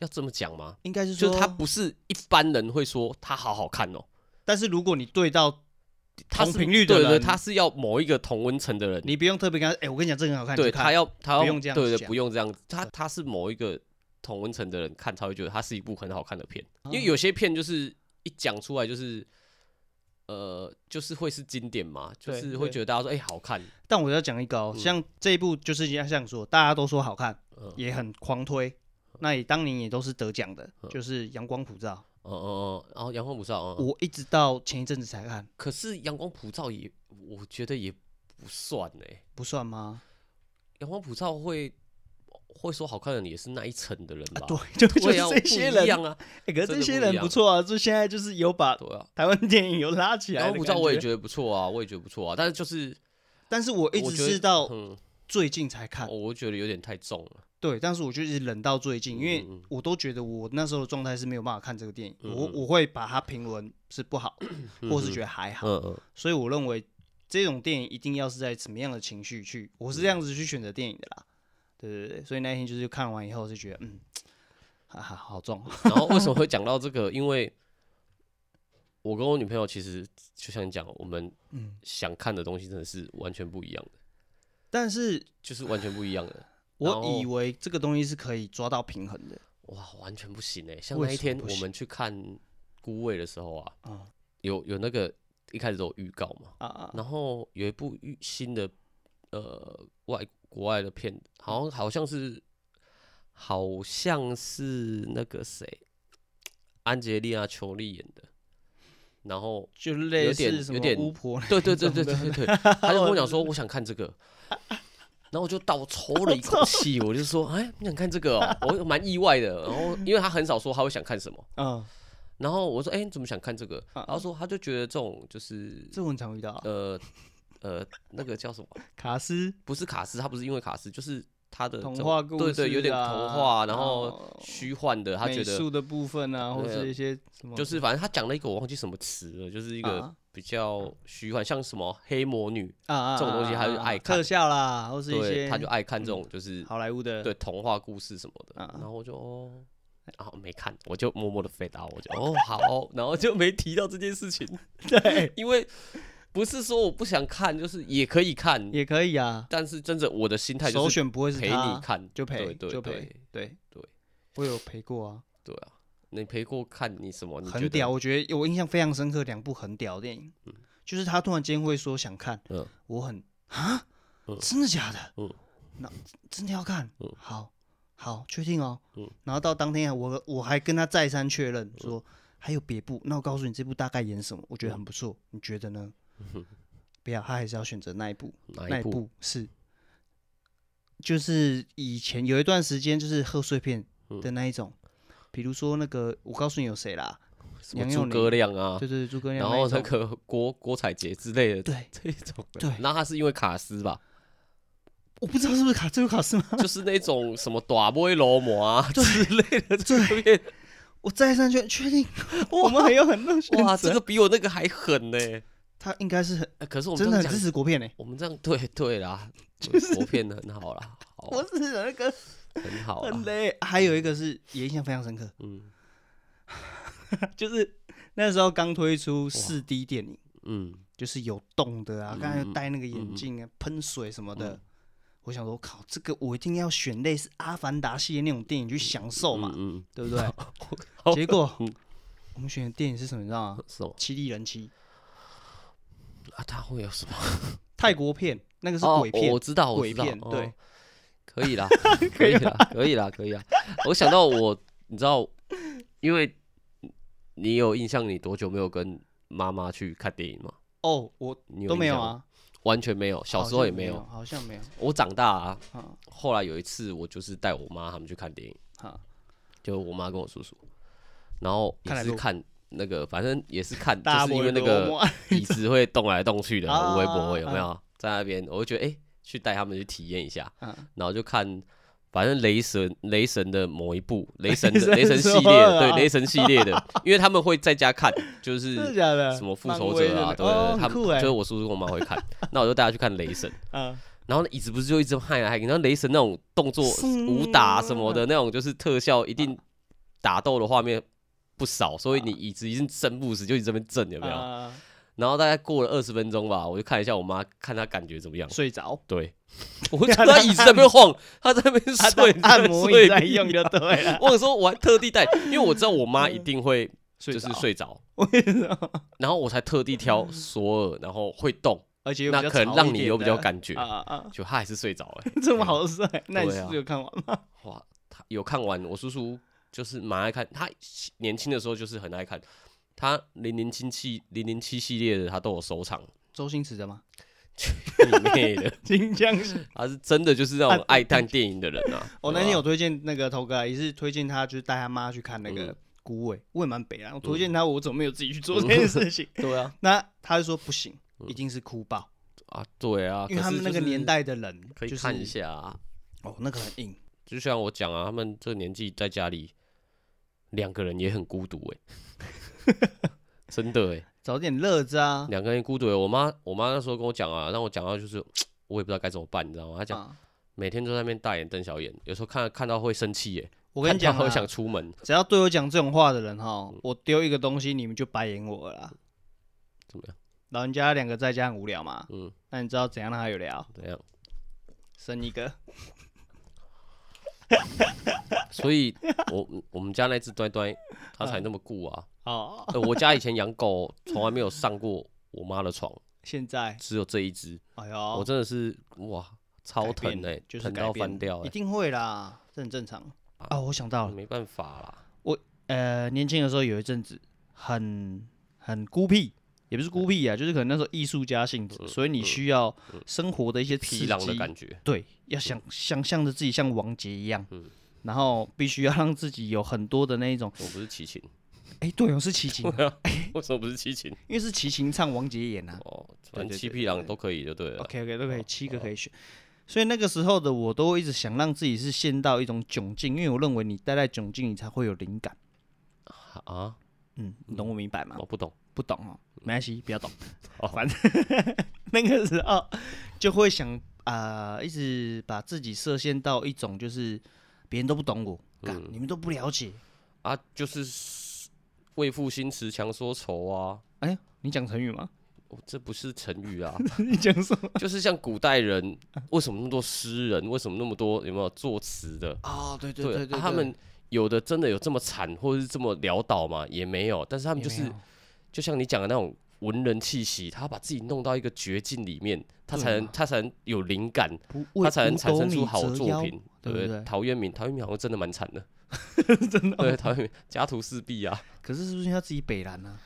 S2: 要这么讲吗？
S1: 应该是
S2: 就
S1: 说
S2: 是它不是一般人会说它好好看哦，
S1: 但是如果你对到
S2: 它
S1: 同
S2: 是
S1: 频率的
S2: 对对，
S1: 人
S2: 它是要某一个同温层的人，
S1: 你不用特别跟他，哎、我跟你讲，这个很好看，
S2: 对
S1: 你去看
S2: 他要他要
S1: 不用这样
S2: 对对，
S1: 讲
S2: 不用这样，他他是某一个同温层的人看才会觉得它是一部很好看的片，
S1: 哦
S2: 因为有些片就是一讲出来就是。呃，就是会是经典嘛，就
S1: 对
S2: 是会
S1: 对
S2: 觉得大家说，哎、好看，
S1: 但我要讲一个哦，像这一部就是像像说，大家都说好看，
S2: 嗯
S1: 也很狂推，那也当年也都是得奖的，
S2: 嗯
S1: 就是《阳光普照》
S2: 哦哦哦，然后阳光普照，哦、
S1: 我一直到前一阵子才看，
S2: 可是阳光普照也，我觉得也不算呢、
S1: 不算吗？
S2: 阳光普照会会说好看的也是那一层的人吧？
S1: 对， 就就是
S2: 对啊，
S1: 这些
S2: 不
S1: 人
S2: 一，样啊，
S1: 哎可是
S2: 真
S1: 这
S2: 的
S1: 些
S2: 不一
S1: 人
S2: 样
S1: 不错啊，就现在就是有把
S2: 对啊。
S1: 台湾电影有拉起来
S2: 阳
S1: 的
S2: 光普
S1: 感
S2: 照我也
S1: 觉，
S2: 觉得不错啊，我也觉得不错啊，但是就是
S1: 但是我一
S2: 我
S1: 直
S2: 觉得
S1: 是到
S2: 嗯，
S1: 最近才哦看，
S2: 我觉得有点太重了。
S1: 对，但是我就一直忍到最近，因为
S2: 嗯嗯
S1: 我都觉得我那时候的状态是没有办法看这个电影，我我会把它评论是不好，或是觉得还好，
S2: 嗯嗯嗯，
S1: 所以我认为这种电影一定要是在什么样的情绪去，我是这样子去选择电影的啦，对对对，所以那天就是看完以后就觉得，嗯，哈哈，好重哦，
S2: 然后为什么会讲到这个？ 因为我跟我女朋友其实就像你讲，我们
S1: 嗯
S2: 想看的东西真的是完全不一样的，
S1: 但是
S2: 就是完全不一样的。然
S1: 我
S2: 后
S1: 以为这个东西是可以抓到平衡的，
S2: 哇，完全不行哎、像
S1: 为
S2: 那一
S1: 什么
S2: 天
S1: 不
S2: 我们去看孤味的时候啊，
S1: 啊
S2: 有有那个一开始都有预告嘛，
S1: 啊啊！
S2: 然后有一部预新的呃外国外的片，好像好像是好像是那个谁，安吉丽娜·裘丽演的，然后
S1: 就类似
S2: 点
S1: 什
S2: 有
S1: 么
S2: 点
S1: 巫婆
S2: 对对对对对对对，他就跟我讲说我想看这个，然后我就倒抽了一口气，我就说哎你想看这个哦，我蛮意外的。然后因为他很少说他会想看什么，
S1: 啊，
S2: 然后我说哎你怎么想看这个？
S1: 啊
S2: 然后说他就觉得这种就是
S1: 这我很常遇到啊。
S2: 呃呃那个叫什么？
S1: 卡斯
S2: 不是卡斯，他不是因为卡斯，就是他的
S1: 童
S2: 这种
S1: 话故事啊，
S2: 对对，有点童话，然后
S1: 哦
S2: 虚幻的，他觉
S1: 美
S2: 得
S1: 术的部分啊，或
S2: 对呃
S1: 是一些什么，
S2: 就是反正他讲了一个我忘记什么词了，就是一个
S1: 啊
S2: 比较虚幻，像什么黑魔女。
S1: 啊啊
S2: 这种东西他就
S1: 啊啊
S2: 爱看
S1: 特效啦，或是一
S2: 对，
S1: 些嗯
S2: 他就爱看这种就是
S1: 好莱坞的
S2: 对童话故事什么的，
S1: 啊
S2: 然后我就哦，然后没看，我就默默的飞到，我就哦好哦，然后就没提到这件事情，
S1: 对，
S2: 因为不是说我不想看，就是也可以看，
S1: 也可以啊。
S2: 但是真的我的心态就
S1: 首
S2: 是
S1: 选不会是
S2: 陪
S1: 他
S2: 你，看，
S1: 就陪
S2: 对对
S1: 就陪
S2: 对
S1: 对
S2: 对，
S1: 我有陪过啊，
S2: 对啊，你陪过看你什么？你觉
S1: 很
S2: 得
S1: 屌，，我觉得我印象非常深刻两部很屌的电影，就是他突然间会说想看，
S2: 嗯
S1: 我很啊
S2: 嗯，
S1: 真的假的？
S2: 嗯
S1: 那真的要看
S2: 嗯，
S1: 好好确定哦
S2: 嗯，
S1: 然后到当天啊我我还跟他再三确认说还有别部，那我告诉你这部大概演什么，我
S2: 嗯
S1: 觉得很不错，你觉得呢？不要，他还是要选择那一部，
S2: 哪
S1: 那
S2: 一
S1: 一
S2: 部？
S1: 部是，就是以前有一段时间就是贺岁片
S2: 嗯
S1: 的那一种，比如说那个我告诉你有谁啦，
S2: 什么
S1: 杨
S2: 诸
S1: 佑
S2: 葛亮啊
S1: 对，对对，诸葛亮
S2: 然
S1: 那一
S2: 后
S1: 种，
S2: 那个郭郭采洁之类的，
S1: 对，
S2: 这一种的。
S1: 对
S2: 那他是因为卡斯吧，
S1: 我不知道是不是卡这个卡斯吗？
S2: 就是那种什么短波罗摩啊之类的这个片，
S1: 我再三确确 定，我们还有很多选
S2: 哇，这
S1: 择，
S2: 个比我那个还狠呢、
S1: 他应该是很
S2: 呃可是我们
S1: 真
S2: 这
S1: 的很
S2: 样
S1: 支
S2: 讲，
S1: 持国片呢。
S2: 我们这样对对啦，国片的很好啦，好
S1: 我是那个
S2: 很好
S1: 很
S2: 啦，
S1: 累，还有一个是也印象非常深刻，
S2: 嗯
S1: 就是那时候刚推出四 D 电影，
S2: 嗯，
S1: 就是有动的啊，刚才
S2: 嗯
S1: 又戴那个
S2: 嗯
S1: 眼镜啊，喷水什么的
S2: 嗯。
S1: 我想说，靠，这个我一定要选类似《阿凡达》系列那种电影去享受嘛，
S2: 嗯
S1: 对 不对？
S2: 嗯，
S1: 结果
S2: 嗯
S1: 我们选的电影是什么？你知道吗？
S2: 什么
S1: 《七地人妻》
S2: 哦啊？他会有什么？
S1: 泰国片，那个是
S2: 哦
S1: 鬼片
S2: 我，知道，我
S1: 鬼
S2: 知道
S1: 片，
S2: 哦
S1: 对，
S2: 可 以啦，可以啦，可以啦，可以啦。我想到我，你知道，因为你有印象，你多久没有跟妈妈去看电影吗？
S1: 哦，我
S2: 你
S1: 都没
S2: 印
S1: 有
S2: 象吗？
S1: 啊，
S2: 完全没有，小时候也没有。
S1: 好像没有，
S2: 我长大啊，
S1: 好像没有啊
S2: 后来有一次我就是带我妈他们去看电影，
S1: 好，
S2: 就我妈跟我叔叔，然后也
S1: 嗯看哪
S2: 是
S1: 部
S2: 看那个，反正也是看，
S1: 大
S2: 就是因为那
S1: 菠萝
S2: 个
S1: 摸
S2: 椅子会动来动去的，
S1: 啊
S2: 微博有
S1: 啊
S2: 没有在那边？我就觉得哎、诶去带他们去体验一下，
S1: 嗯
S2: 然后就看。反正雷神雷神的某一 部，雷神的
S1: 雷
S2: 雷
S1: 神
S2: 神系
S1: 十
S2: 列
S1: 二
S2: 的，对
S1: 啊
S2: 雷神系列 的，因为他们会在家看，就
S1: 真的
S2: 是
S1: 假的？
S2: 什么复
S1: 漫
S2: 仇
S1: 威
S2: 者啊，
S1: 的
S2: 对，
S1: 哦
S2: 对对他
S1: 很
S2: 们
S1: 酷
S2: 就是
S1: 哎，
S2: 我叔叔跟我妈会 看，那我就带他去看雷神，
S1: 嗯，
S2: 然后那椅子不是就一直害来害去，然后雷神那种动作武打什
S1: 嗯
S2: 么的那种，就是特效一定打斗的画面不少，所以你椅子一定震不死，就你这边震有没有？
S1: 啊
S2: 然后大概过了二十分钟吧，我就看一下我妈，看她感觉怎么样。
S1: 睡 着，
S2: 对，我就看她椅子在那边晃，她在那边
S1: 他
S2: 睡，
S1: 按摩
S2: 椅
S1: 椅在用就对了，
S2: 我说我还 特地带，因为我知道我妈一定会
S1: 嗯睡
S2: 就是
S1: 着
S2: 睡着，
S1: 为什么？
S2: 然后我才特地挑索尔，然后会动，
S1: 而且又
S2: 那
S1: 比较
S2: 可能
S1: 吵一
S2: 让你
S1: 点
S2: 有比较
S1: 的
S2: 感觉
S1: 啊。啊啊！
S2: 就她还是睡着 了、
S1: 这么好帅，那你
S2: 对
S1: 是
S2: 啊
S1: 不是有看完吗？
S2: 哇，他有看完，我叔叔就是蛮爱看，他年轻的时候就是很爱看，他零零七系零零七系列的他都有 收藏，
S1: 周星驰的吗？
S2: 你妹的，
S1: 金江 是。
S2: 他是真的就是那种爱看电影的人 啊。
S1: 我哦那
S2: 对
S1: 天
S2: 吧
S1: 有推荐那个头哥啊，也是推荐他，就是带他妈去看那
S2: 嗯
S1: 个孤味，我也蛮北啊。我推荐他，我怎么没有自己去做这件事情？
S2: 对啊
S1: 那他就说不行，一定是哭爆，
S2: 啊对嗯啊，
S1: 因为
S2: 可
S1: 他
S2: 是
S1: 们那
S2: 就
S1: 个年
S2: 是
S1: 代的人
S2: 可以
S1: 就是
S2: 看一下啊，
S1: 哦，那个很硬。
S2: 就像我讲啊，他们这年纪在家里两个人也很孤独 哎、真的哎、
S1: 找点乐子啊，
S2: 两个人孤独欸、我妈我妈那时候跟我讲啊，让我讲到就是我也不知道该怎么办，你知道吗？她讲。
S1: 啊
S2: 每天都在那边大眼瞪小眼，有时候看看到会生气耶。欸
S1: 我跟你讲
S2: 看到
S1: 啊
S2: 会，想嗯出门，
S1: 只要对我讲这种话的人哈，我丢一个东西，你们就白眼我了啦。
S2: 怎么样？
S1: 老人家两个在家很无聊嘛，
S2: 嗯，
S1: 那你知道怎样让他有聊？
S2: 怎样？
S1: 生一个，
S2: 所以我我们家那只端端，它才那么顾啊。
S1: 哦，
S2: 呃我家以前养狗，从来没有上过我妈的床，
S1: 现在，
S2: 只有这一只。
S1: 哎
S2: 我
S1: 呦，
S2: 真的是哇，超
S1: 改
S2: 疼
S1: 变
S2: 哎、
S1: 就是
S2: 疼
S1: 改
S2: 到
S1: 变
S2: 翻掉
S1: 一
S2: 哎、
S1: 定会啦，这很正常
S2: 啊
S1: 啊。我想到了，
S2: 没办法啦。
S1: 呃，年轻的时候有一阵子很很孤僻，也不是孤僻啊，就是可能那时候艺术家性质，所以你需要生活的一些
S2: 疲
S1: 刺
S2: 劳的
S1: 激，
S2: 感觉，
S1: 对，要想想象着自己像王杰一样，然后必须要让自己有很多的那一种，
S2: 我不是齐秦，
S1: 哎，对哦，是齐秦，
S2: 为什么不是齐秦？
S1: 因为是齐秦唱王杰演啊，
S2: 哦，
S1: 对
S2: 反正
S1: 对
S2: 七
S1: 对
S2: 匹狼都可以就对啊哦了。
S1: OK OK 都可以，七个可以选。所以那个时候的我都会一直想让自己是陷到一种窘境，因为我认为你待在窘境，你才会有灵感。
S2: 啊，
S1: 嗯，你懂我明白吗？
S2: 我不懂。
S1: 不懂哦，
S2: 嗯
S1: 没关系，不要懂
S2: 好。
S1: 反正那个时候就会想啊、一直把自己设限到一种就是别人都不懂我，干、
S2: 嗯
S1: 你们都不了解。
S2: 啊，就是为赋新词强说愁啊、
S1: 哎，你讲成语吗？
S2: 哦这不是成语啊，
S1: 你讲什么？
S2: 就是像古代人为什么那么多诗人，为什么那么多有没有作词的？
S1: 哦，对对
S2: 对
S1: 对对，
S2: 啊他们有的真的有这么惨或者是这么潦倒吗？也没有，但是他
S1: 他
S2: 们就是就像你讲的那种文人气息，他把自己弄到一个绝境里面，他才能他才能有灵感，
S1: 不为
S2: 他才能
S1: 五
S2: 产
S1: 斗
S2: 生
S1: 米
S2: 出好
S1: 折
S2: 作
S1: 腰
S2: 品，
S1: 对
S2: 对
S1: 不
S2: 不
S1: 对
S2: 对？陶渊明，陶渊明好像真的蛮惨的， 真的、对，陶渊明家徒四壁啊，
S1: 可是是不是要自己北兰啊？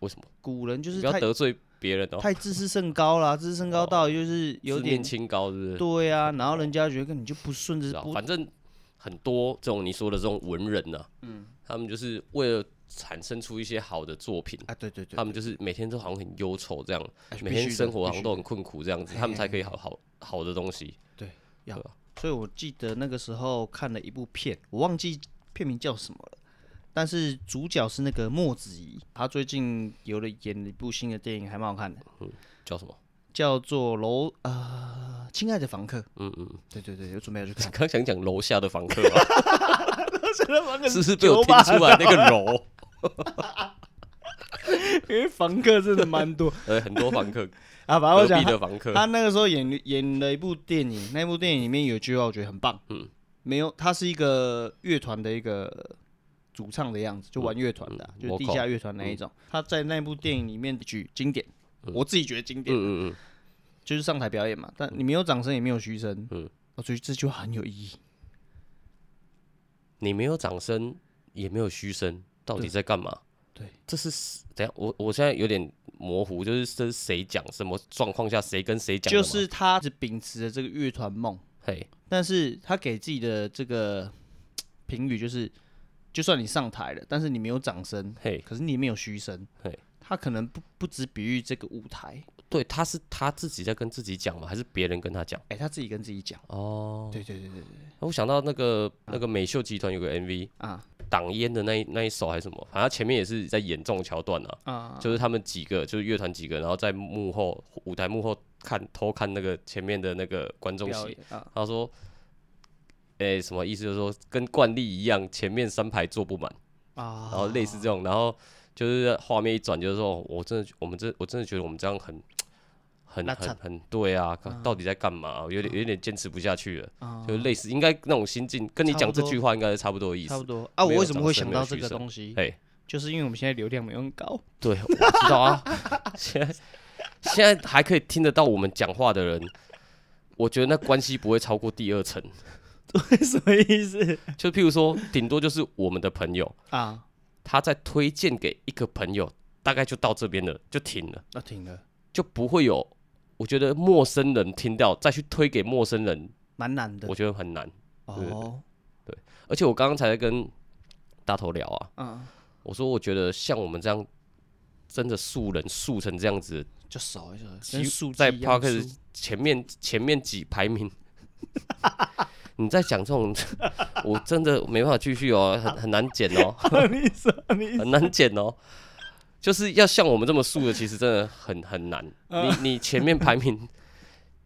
S2: 为什么？
S1: 古人就
S2: 你
S1: 是
S2: 不要
S1: 太
S2: 得罪别人哦，
S1: 太自视甚高啦，自视甚高到就是有
S2: 自
S1: 点
S2: 命清高，是不是？
S1: 对 啊，然后人家觉得你就不顺
S2: 不
S1: 着
S2: 知道
S1: 不
S2: 反正很多这种你说的这种文人呐、
S1: 嗯
S2: 他们就是为了产生出一些好的作品。
S1: 啊，对对对，
S2: 他们就是每天都好像很忧愁这样，
S1: 哎
S2: 每
S1: 必须
S2: 天
S1: 的
S2: 生活好
S1: 必
S2: 像
S1: 须
S2: 都
S1: 的哎
S2: 很困苦这样子，他们才可以好好好的东西。
S1: 对要
S2: 对啊
S1: 所以我记得那个时候看了一部片，我忘记片名叫什么了，但是主角是那个莫子仪，他最近有了演了一部新的电影，还蛮好看的，
S2: 叫什么？
S1: 叫做《楼》呃，亲爱的房客。
S2: 嗯嗯，。
S1: 对对对，有准备要去看
S2: 刚想讲楼下的房客 吧，是不是被我
S1: 酒
S2: 听
S1: 吧
S2: 出来那个 楼？
S1: 因为房客真的蛮 多
S2: 呃，很多房 客，
S1: 啊，反正我
S2: 隔
S1: 讲
S2: 壁
S1: 他
S2: 的房 客，
S1: 他那个时候演演了一部电影，那部电影里面有一句话我觉得很棒，嗯，没有，他是一个乐团的一个主唱的样子，就玩乐团的啊、
S2: 嗯
S1: 就是地
S2: vocal 嗯
S1: 下乐团那一种。他在那部电影里面举经典，我自己觉得经典，
S2: 嗯嗯嗯，
S1: 就是上台表演嘛，但你没有掌声也没有嘘声，嗯
S2: 嗯，
S1: 我觉得这句话很有意义。
S2: 你没有掌声，也没有嘘声，到底在干嘛？
S1: 对，
S2: 这是等一下我我现在有点模糊，就是这是谁讲什么状况下谁跟谁讲的
S1: 就
S2: 吗，
S1: 是他只秉持着这个乐团梦，
S2: 嘿，
S1: 但是他给自己的这个评语就是，就算你上台了，但是你没有掌声，
S2: 嘿，
S1: 可是你没有嘘声
S2: 嘿，
S1: 他可能不不只比喻这个舞台，
S2: 对，他是他自己在跟自己讲吗？还是别人跟他讲？
S1: 哎、他自己跟自己讲，
S2: 哦，
S1: 对对对对对，
S2: 我想到那个那个美秀集团有个 MV
S1: 啊
S2: 挡烟的那一那一首还是什么，反正前面也是在演这种桥段啊。
S1: 啊，
S2: 就是他们几个，就是乐团几个，然后在幕后舞台幕后看偷看那个前面的那个观众
S1: 表
S2: 席
S1: 演，啊，
S2: 他说：“诶、什么意思？就是说跟惯例一样，前面三排坐不满，
S1: 啊
S2: 然后类似这种，然后就是画面一转，就是说我真的，我们真，我真的觉得我们这样很。”很
S1: 拉
S2: 很
S1: 惨嗯
S2: 很对啊，看到底在干嘛？有点有点坚持不下去了，
S1: 啊
S2: 就类似应该那种心境，跟你
S1: 差
S2: 讲
S1: 不
S2: 这
S1: 多
S2: 句话应该是差不多的意
S1: 差不
S2: 思。
S1: 多啊。我
S2: 没有
S1: 为什么会
S2: 掌
S1: 想
S2: 声
S1: 到
S2: 没有
S1: 这
S2: 嘘
S1: 个
S2: 声
S1: 东西？
S2: 嘿，
S1: 就是因为我们现在流量没有很高，
S2: 对，我知道啊。 现在现在还可以听得到我们讲话的人，我觉得那关系不会超过第二层。
S1: 什么意思
S2: 就譬如说，顶多就是我们的朋友，
S1: 啊？
S2: 他在推荐给一个朋友，大概就到这边了，就停了，
S1: 那停了，
S2: 就不会有。我觉得陌生人听到再去推给陌生人，
S1: 蛮难的
S2: 我觉得很难。对
S1: 哦，
S2: 而且我刚刚才在跟大头聊啊，
S1: 嗯，
S2: 我说我觉得像我们这样真的素人素成这样子的
S1: 就少一个，
S2: 几
S1: 跟数
S2: 在
S1: 字
S2: p
S1: 一样
S2: o c k e
S1: 数
S2: t 前面前面几排名， 你在讲这种， 我真的没办法继续哦，很很难剪哦，
S1: 你说你
S2: 很难剪哦。就是要像我们这么素的，其实真的很很难。
S1: 嗯
S2: 你你前面排名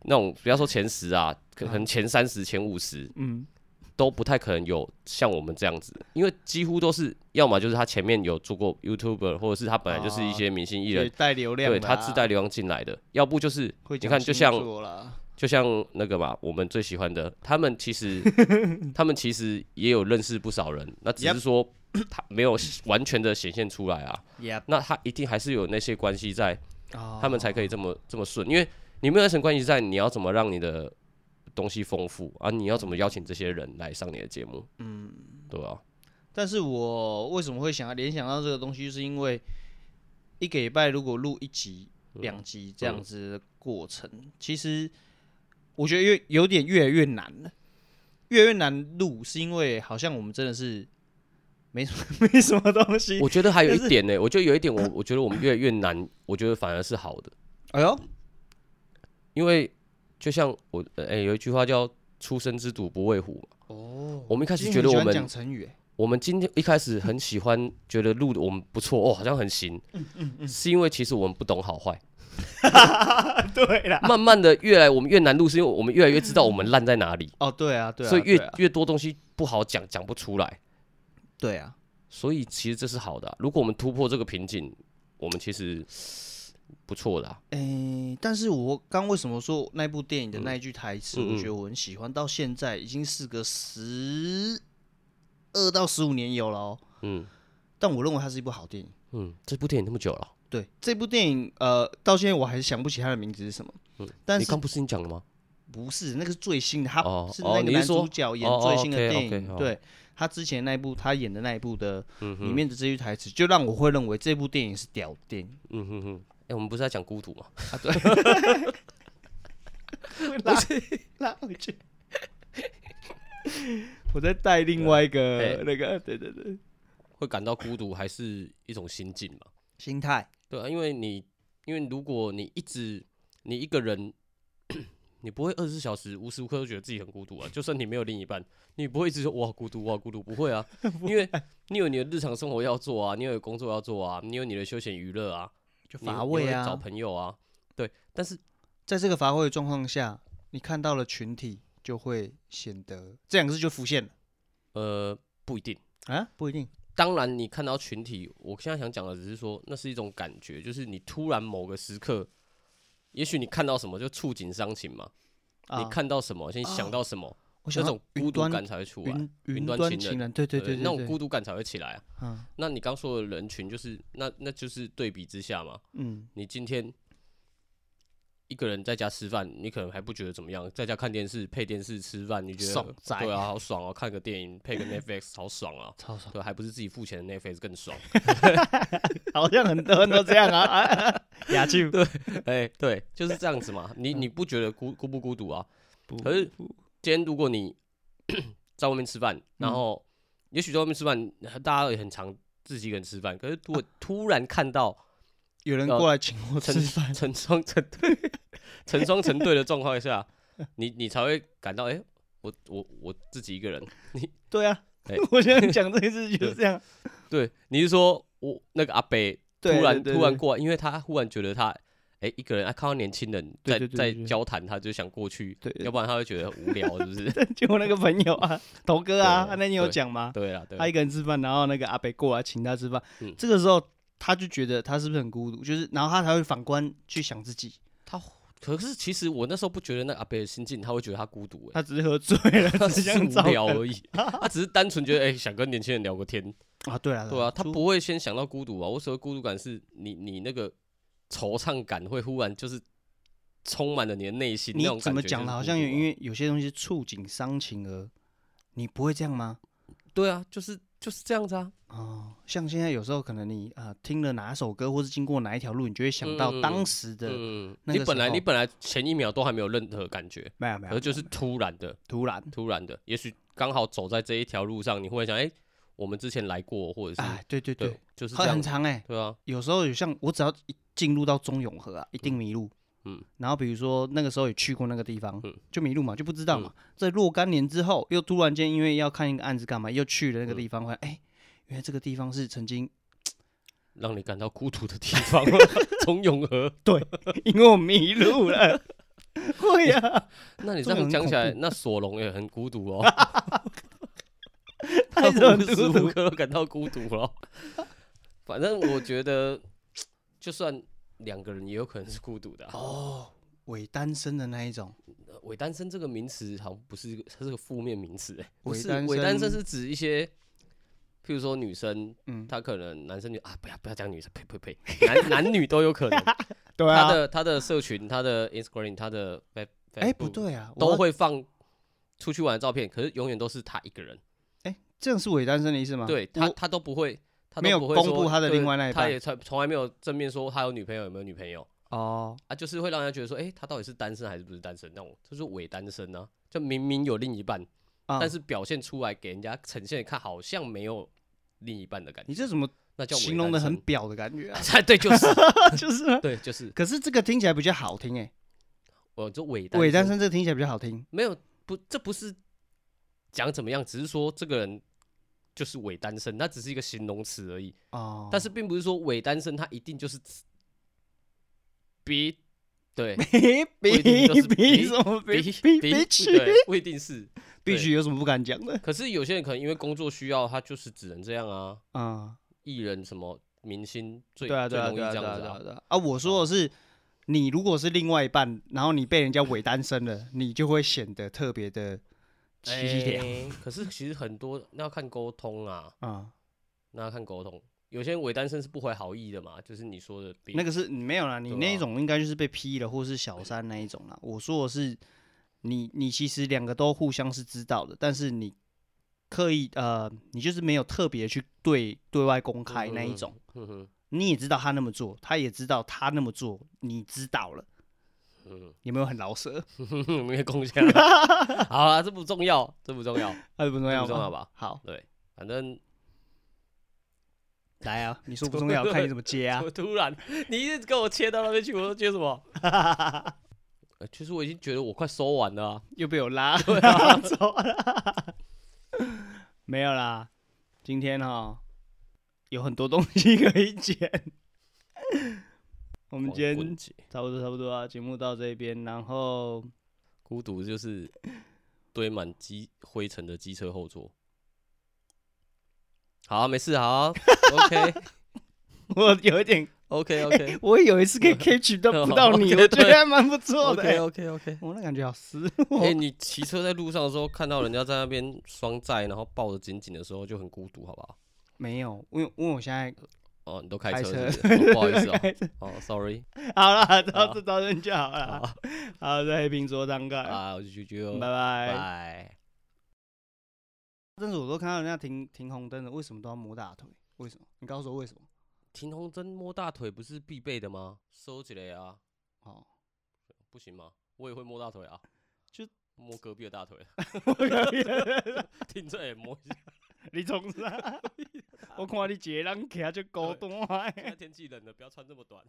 S2: 那种，不要说前十啊，可能前三十、前五十
S1: 嗯
S2: 都不太可能有像我们这样子，因为几乎都是要么就是他前面有做过 YouTuber，或者是他本来就是一些明星艺人
S1: 也，带流量
S2: 对
S1: 啦，
S2: 他自带流量进来的，要不就是
S1: 会
S2: 你
S1: 讲
S2: 看，就
S1: 星
S2: 像
S1: 座啦，
S2: 就像那个嘛，我们最喜欢的，他们其实他们其实也有认识不少人，那只
S1: Yep
S2: 是说他没有完全的显现出来啊。
S1: Yep，
S2: 那他一定还是有那些关系在，他
S1: 他
S2: 们才可以这么这么顺。因为你没有那层关系在，你要怎么让你的东西丰富啊？你要怎么邀请这些人来上你的节目？嗯，对吧、
S1: 但是我为什么会想要联想到这个东西，就是因为一个礼拜如果录一集、
S2: 嗯
S1: 两集这样子的过程，其实我觉得越有点越来越难了，越来越难录，是因为好像我们真的是没什么 没什么东西。
S2: 我觉得还有一点呢、我觉得有一点我，我觉得我们越来越难，我觉得反而是好的，
S1: 哎呦，
S2: 因为就像我呃哎、有一句话叫“初生之犊不畏虎”嘛。
S1: 哦，
S2: 我们一开始
S1: 今
S2: 觉
S1: 天很喜
S2: 得我
S1: 欢
S2: 们
S1: 讲成语欸，
S2: 我们今天一开始很喜欢，觉得录的我们不错哦，好像很行，
S1: 嗯
S2: 是因为其实我们不懂好坏。
S1: 对啦，
S2: 慢慢的，越来我们越难录，是因为我们越来越知道我们烂在哪里，
S1: 哦，对啊， 对啊，
S2: 所以越、
S1: 对啊
S2: 越多东西不好讲，讲不出来。
S1: 对啊，
S2: 所以其实这是好的啊、如果我们突破这个瓶颈，我们其实不错的啊、
S1: 诶，但是我刚为什么说那部电影的那一句台词，
S2: 嗯
S1: 我觉得我很喜欢，到现在已经是个十二到十五年有了、哦，
S2: 嗯
S1: 但我认为它是一部好电影。
S2: 嗯，这部电影那么久了，
S1: 对，这部电影呃，到现在我还是想不起它的名字是什么，但
S2: 嗯你
S1: 是
S2: 刚不是你讲了吗？
S1: 不是那个是最新的，他
S2: 哦
S1: 是
S2: 哦
S1: 那个
S2: 你是
S1: 男主
S2: 说
S1: 角演
S2: 哦哦
S1: 最新的
S2: OK，
S1: 电
S2: OK，
S1: 影，
S2: 好
S1: 对他之前那一部他演的那一部的
S2: 嗯
S1: 里面的这句台词，就让我会认为这部电影是屌电影。
S2: 嗯哼哼，哎、我们不是在讲孤独吗？
S1: 拉拉回去。 我在带另外一
S2: 对啊
S1: 个那个，对对对，
S2: 会感到孤独还是一种心境嘛？
S1: 心态
S2: 对啊，因为你因为如果你一直你一个人， 你不会二十四小时无时无刻都觉得自己很孤独啊。就算你没有另一半，你不会一直说哇孤独哇孤独， 不会啊，因为你有你的日常生活要做啊，你有工作要做啊，你有你的休闲娱乐啊，
S1: 就
S2: 你
S1: 乏
S2: 你
S1: 味
S2: 会找
S1: 啊。
S2: 朋友啊，对。但是
S1: 在这个乏味的状况下，你看到了群体，就会显得这两个字就浮现了
S2: 呃不一定，
S1: 啊，不一定
S2: 当然你看到群体，我现在想讲的只是说那是一种感觉，就是你突然某个时刻。也许你看到什么就触景伤情嘛，
S1: 啊。
S2: 你，看到什么，先想到什么，
S1: 我
S2: 那
S1: 想到
S2: 种孤
S1: 云
S2: 独
S1: 端
S2: 感才会出来，
S1: 云云
S2: 云端
S1: 端
S2: 情
S1: 情
S2: 人
S1: 人，对对对，
S2: 那种
S1: 对
S2: 孤独感才会起来啊。
S1: 嗯
S2: 那你刚说的人群，就是那那就是对比之下嘛，
S1: 嗯，
S2: 你今天一个人在家吃饭，你可能还不觉得怎么样，在家看电视配电视吃饭，你觉得
S1: 爽哉
S2: 对啊，好爽哦，看个电影配个 Netflix 好爽啊，
S1: 超爽，
S2: 对，还不是自己付钱的 Netflix 更爽，
S1: 好像很多人都这样 啊。雅趣对，嗯
S2: 哎，对，就是这样子嘛。你你不觉得孤孤不孤独啊？
S1: 不
S2: 可是今天如果你 在外面吃饭，然
S1: 嗯
S2: 后也许在外面吃饭，大家也很常自己一个人吃饭。可是如果突然看到
S1: 啊有人
S2: 呃
S1: 过来请我吃
S2: 成
S1: 饭，
S2: 成双成对、成双成对的状况下，你你才会感到，哎、我我我自己一 个人。
S1: 对啊
S2: 哎，
S1: 我现在讲这件事情就是这样。
S2: 对，你是说我那个阿北突
S1: 对
S2: 然
S1: 对对
S2: 突然
S1: 对
S2: 过来，因为他忽然觉得他，哎、一个人，啊、看到年轻人
S1: 对
S2: 在
S1: 对对
S2: 在
S1: 对对
S2: 交谈，他就想过去，
S1: 对对
S2: 要不然他会觉得无聊，是不是？
S1: 就我那个朋友 啊，头哥啊，
S2: 对
S1: 他那天有讲吗？
S2: 对啊，对
S1: 他一个人吃饭，然后那个阿北过来请他吃饭
S2: 嗯，
S1: 这个时候他就觉得他是不是很孤独，就是然后他才会反观去想自己，
S2: 可是其实我那时候不觉得那个阿北的心境，他会觉得他孤独、欸，
S1: 他只是喝醉了，
S2: 他
S1: 只
S2: 只是
S1: 想
S2: 无
S1: 找
S2: 聊
S1: 人
S2: 而已，他只是单纯觉得哎、欸想跟年轻人聊个天，
S1: 啊。对 啊，
S2: 对啊，他
S1: 出
S2: 不会先想到孤独啊。我所谓孤独感是你你那个惆怅感会忽然就是充满了你的内心那
S1: 你
S2: 种
S1: 怎
S2: 感
S1: 么
S2: 觉，
S1: 讲
S2: 就是
S1: 的，好
S2: 孤
S1: 像有
S2: 独啊
S1: 因为有些东西触景伤情而，你不会这样吗？
S2: 对啊，就是就是这样子啊，
S1: 哦，像现在有时候可能你啊、呃听了哪首歌，或是经过哪一条路，你就会想到
S2: 嗯嗯
S1: 当时的、
S2: 嗯，
S1: 那
S2: 你
S1: 个
S2: 本
S1: 时
S2: 来你
S1: 候啊
S2: 本来前一秒都还没有任何感觉，
S1: 没有没
S2: 可
S1: 有，
S2: 是就是突然的
S1: 突然，
S2: 突然的，也许刚好走在这一条路上，你忽然想哎、欸我们之前来过，或者是
S1: 哎，对对对
S2: 对，，就是这
S1: 很
S2: 样
S1: 很，长哎、
S2: 对啊，
S1: 有时候有像我只要一进入到中永和啊，一定迷路。嗯
S2: 嗯，
S1: 然后比如说那个时候也去过那个地方，
S2: 嗯
S1: 就迷路嘛，就不知道嘛。在若干年之后，又突然间因为要看一个案子干嘛，又去了
S2: 嗯
S1: 那个地方，发现哎、原来这个地方是曾经，
S2: 让你感到孤独的地方，从永和。
S1: 因为我迷路了。会 啊，
S2: 那你
S1: 这
S2: 这
S1: 个
S2: 样
S1: 很
S2: 讲起
S1: 恐
S2: 来，那索隆也很孤独哦，
S1: 太
S2: 无
S1: 很
S2: 时
S1: 孤
S2: 无
S1: 独。
S2: 刻都感到孤独哦了。反正我觉得，就算两个人也有可能是孤独的啊、
S1: 哦，伪单身的那一种，
S2: 呃伪单身这个名词好像不是一个，它是个负面名词、欸，不
S1: 伪
S2: 是
S1: 单
S2: 伪单
S1: 身
S2: 身是指一些，譬如说女生，
S1: 嗯
S2: 她可能男生就啊，不要不要讲女生，呸呸呸，男 男女都有可能。
S1: 对啊
S2: 她，的她的社群，她的 Instagram，她的 Fa-
S1: 哎、不
S2: Facebook
S1: 对啊，我
S2: 都
S1: 要
S2: 会放出去玩的照片，可是永远都是她一个人，
S1: 这样是伪单身的意思吗？
S2: 对她
S1: 啊我
S2: 她都不会，她
S1: 没
S2: 都
S1: 有
S2: 不会
S1: 公
S2: 说
S1: 布她的
S2: 对
S1: 另外那一
S2: 她
S1: 半
S2: 也从从来没有正面说她有女朋友有没有女朋友。
S1: 哦，
S2: 啊，就是会让人家觉得说，哎、他到底是单身还是不是单身？那种就是伪单身啊，就明明有另一半，
S1: 啊
S2: 但是表现出来给人家呈现看好像没有另一半的感觉，
S1: 你这怎么
S2: 那叫伪
S1: 形容的
S2: 单
S1: 很
S2: 身
S1: 表的感觉啊？
S2: 啊，对，就是
S1: 就是啊，
S2: 对，就是
S1: 可是这个听起来比较好听哎、
S2: 我就伪
S1: 伪单
S2: 单
S1: 身这个听起来比较好听
S2: 没有不，这不是讲怎么样，只是说这个人就是伪单身，那只是一个形容词而已，
S1: 哦。
S2: 但是并不是说伪单身他一定就是比对
S1: 比
S2: 不一定就是
S1: 比比
S2: 比
S1: 什么 比
S2: 比
S1: 比比起
S2: 对，不一定是。
S1: 比
S2: 对
S1: 起有什么不敢讲的
S2: 可是有些人可能因为工作需要，他就是只能这样啊。
S1: 啊？
S2: 艺人什么明星最
S1: 对啊对啊
S2: 最
S1: 对
S2: 容
S1: 啊
S2: 易
S1: 对
S2: 这
S1: 啊
S2: 样子
S1: 对
S2: 哦
S1: 啊对啊！啊，我说的是，你如果是另外一半，然后你被人家伪单身了，你就会显得特别的凄凉
S2: 哎可是其实很多那要看沟通啊，
S1: 啊。
S2: 那要看沟通。有些人伪单身是不怀好意的嘛，就是你说的比
S1: 那个是你没有啦，你
S2: 对啊
S1: 那一种应该就是被批了，或是小三那一种啦。我说的是，你你其实两个都互相是知道的，但是你刻意呃，你就是没有特别去对对外公开那一种。。
S2: 嗯哼，
S1: 你也知道他那么做，他也知道他那么做，你知道了，
S2: 嗯
S1: 有没有很饶 舌？
S2: 哼，哼没有贡献。 好啊，这不重要，这不重要，
S1: 啊，不重
S2: 这
S1: 要吗？
S2: 不重要吧？
S1: 好，
S2: 对，反正
S1: 来啊， 你说不重要，看你怎么接啊
S2: 我。 突然你一直跟我切到那边去，我说接 什么？呃其实我已经觉得我快收完了啊、
S1: 又被我拉回
S2: 啊
S1: 澳洲了。 没有啦，今天哈有很多东西可以剪。我
S2: 我
S1: 们今天差不多差不多啊，节目到这边，然后
S2: 孤独就是堆满机灰尘的机车后座。好啊、没事，好啊，OK，OK，OK、
S1: 我有一点，
S2: OK OK
S1: 我有一次可以 catch 到不到你，
S2: 哦，OK，
S1: 我觉得还蛮不错的
S2: OK 哦
S1: 欸。
S2: OK OK。
S1: 我那感觉好湿
S2: 哎、你骑车在路上的时候，看到人家在那边双载，然后抱得紧紧的时候，就很孤独，好不好？
S1: 没有，因为因为我现在
S2: 哦，你都开
S1: 开车
S2: 车是不是？哦不好意思
S1: 开车
S2: 哦，哦，sorry，
S1: 好了，到
S2: 好
S1: 这到这就好了。
S2: 好
S1: 好，在黑屏桌上盖，
S2: 啊，我是啾啾，
S1: 拜
S2: 拜
S1: 拜。
S2: 拜。
S1: 但是我都看到人家停停红灯了，为什么都要摸大腿？为什么？你告诉我为 什么？
S2: 停红灯摸大腿不是必备的吗？收起来啊，
S1: 哦，
S2: 不行吗？我也会摸大腿啊，
S1: 就
S2: 摸隔壁的大腿 啊，
S1: 我可以
S2: 停车也摸一下。
S1: 你从 啥？我看你一个人徛就孤单的。
S2: 现在天气冷了，不要穿这么短。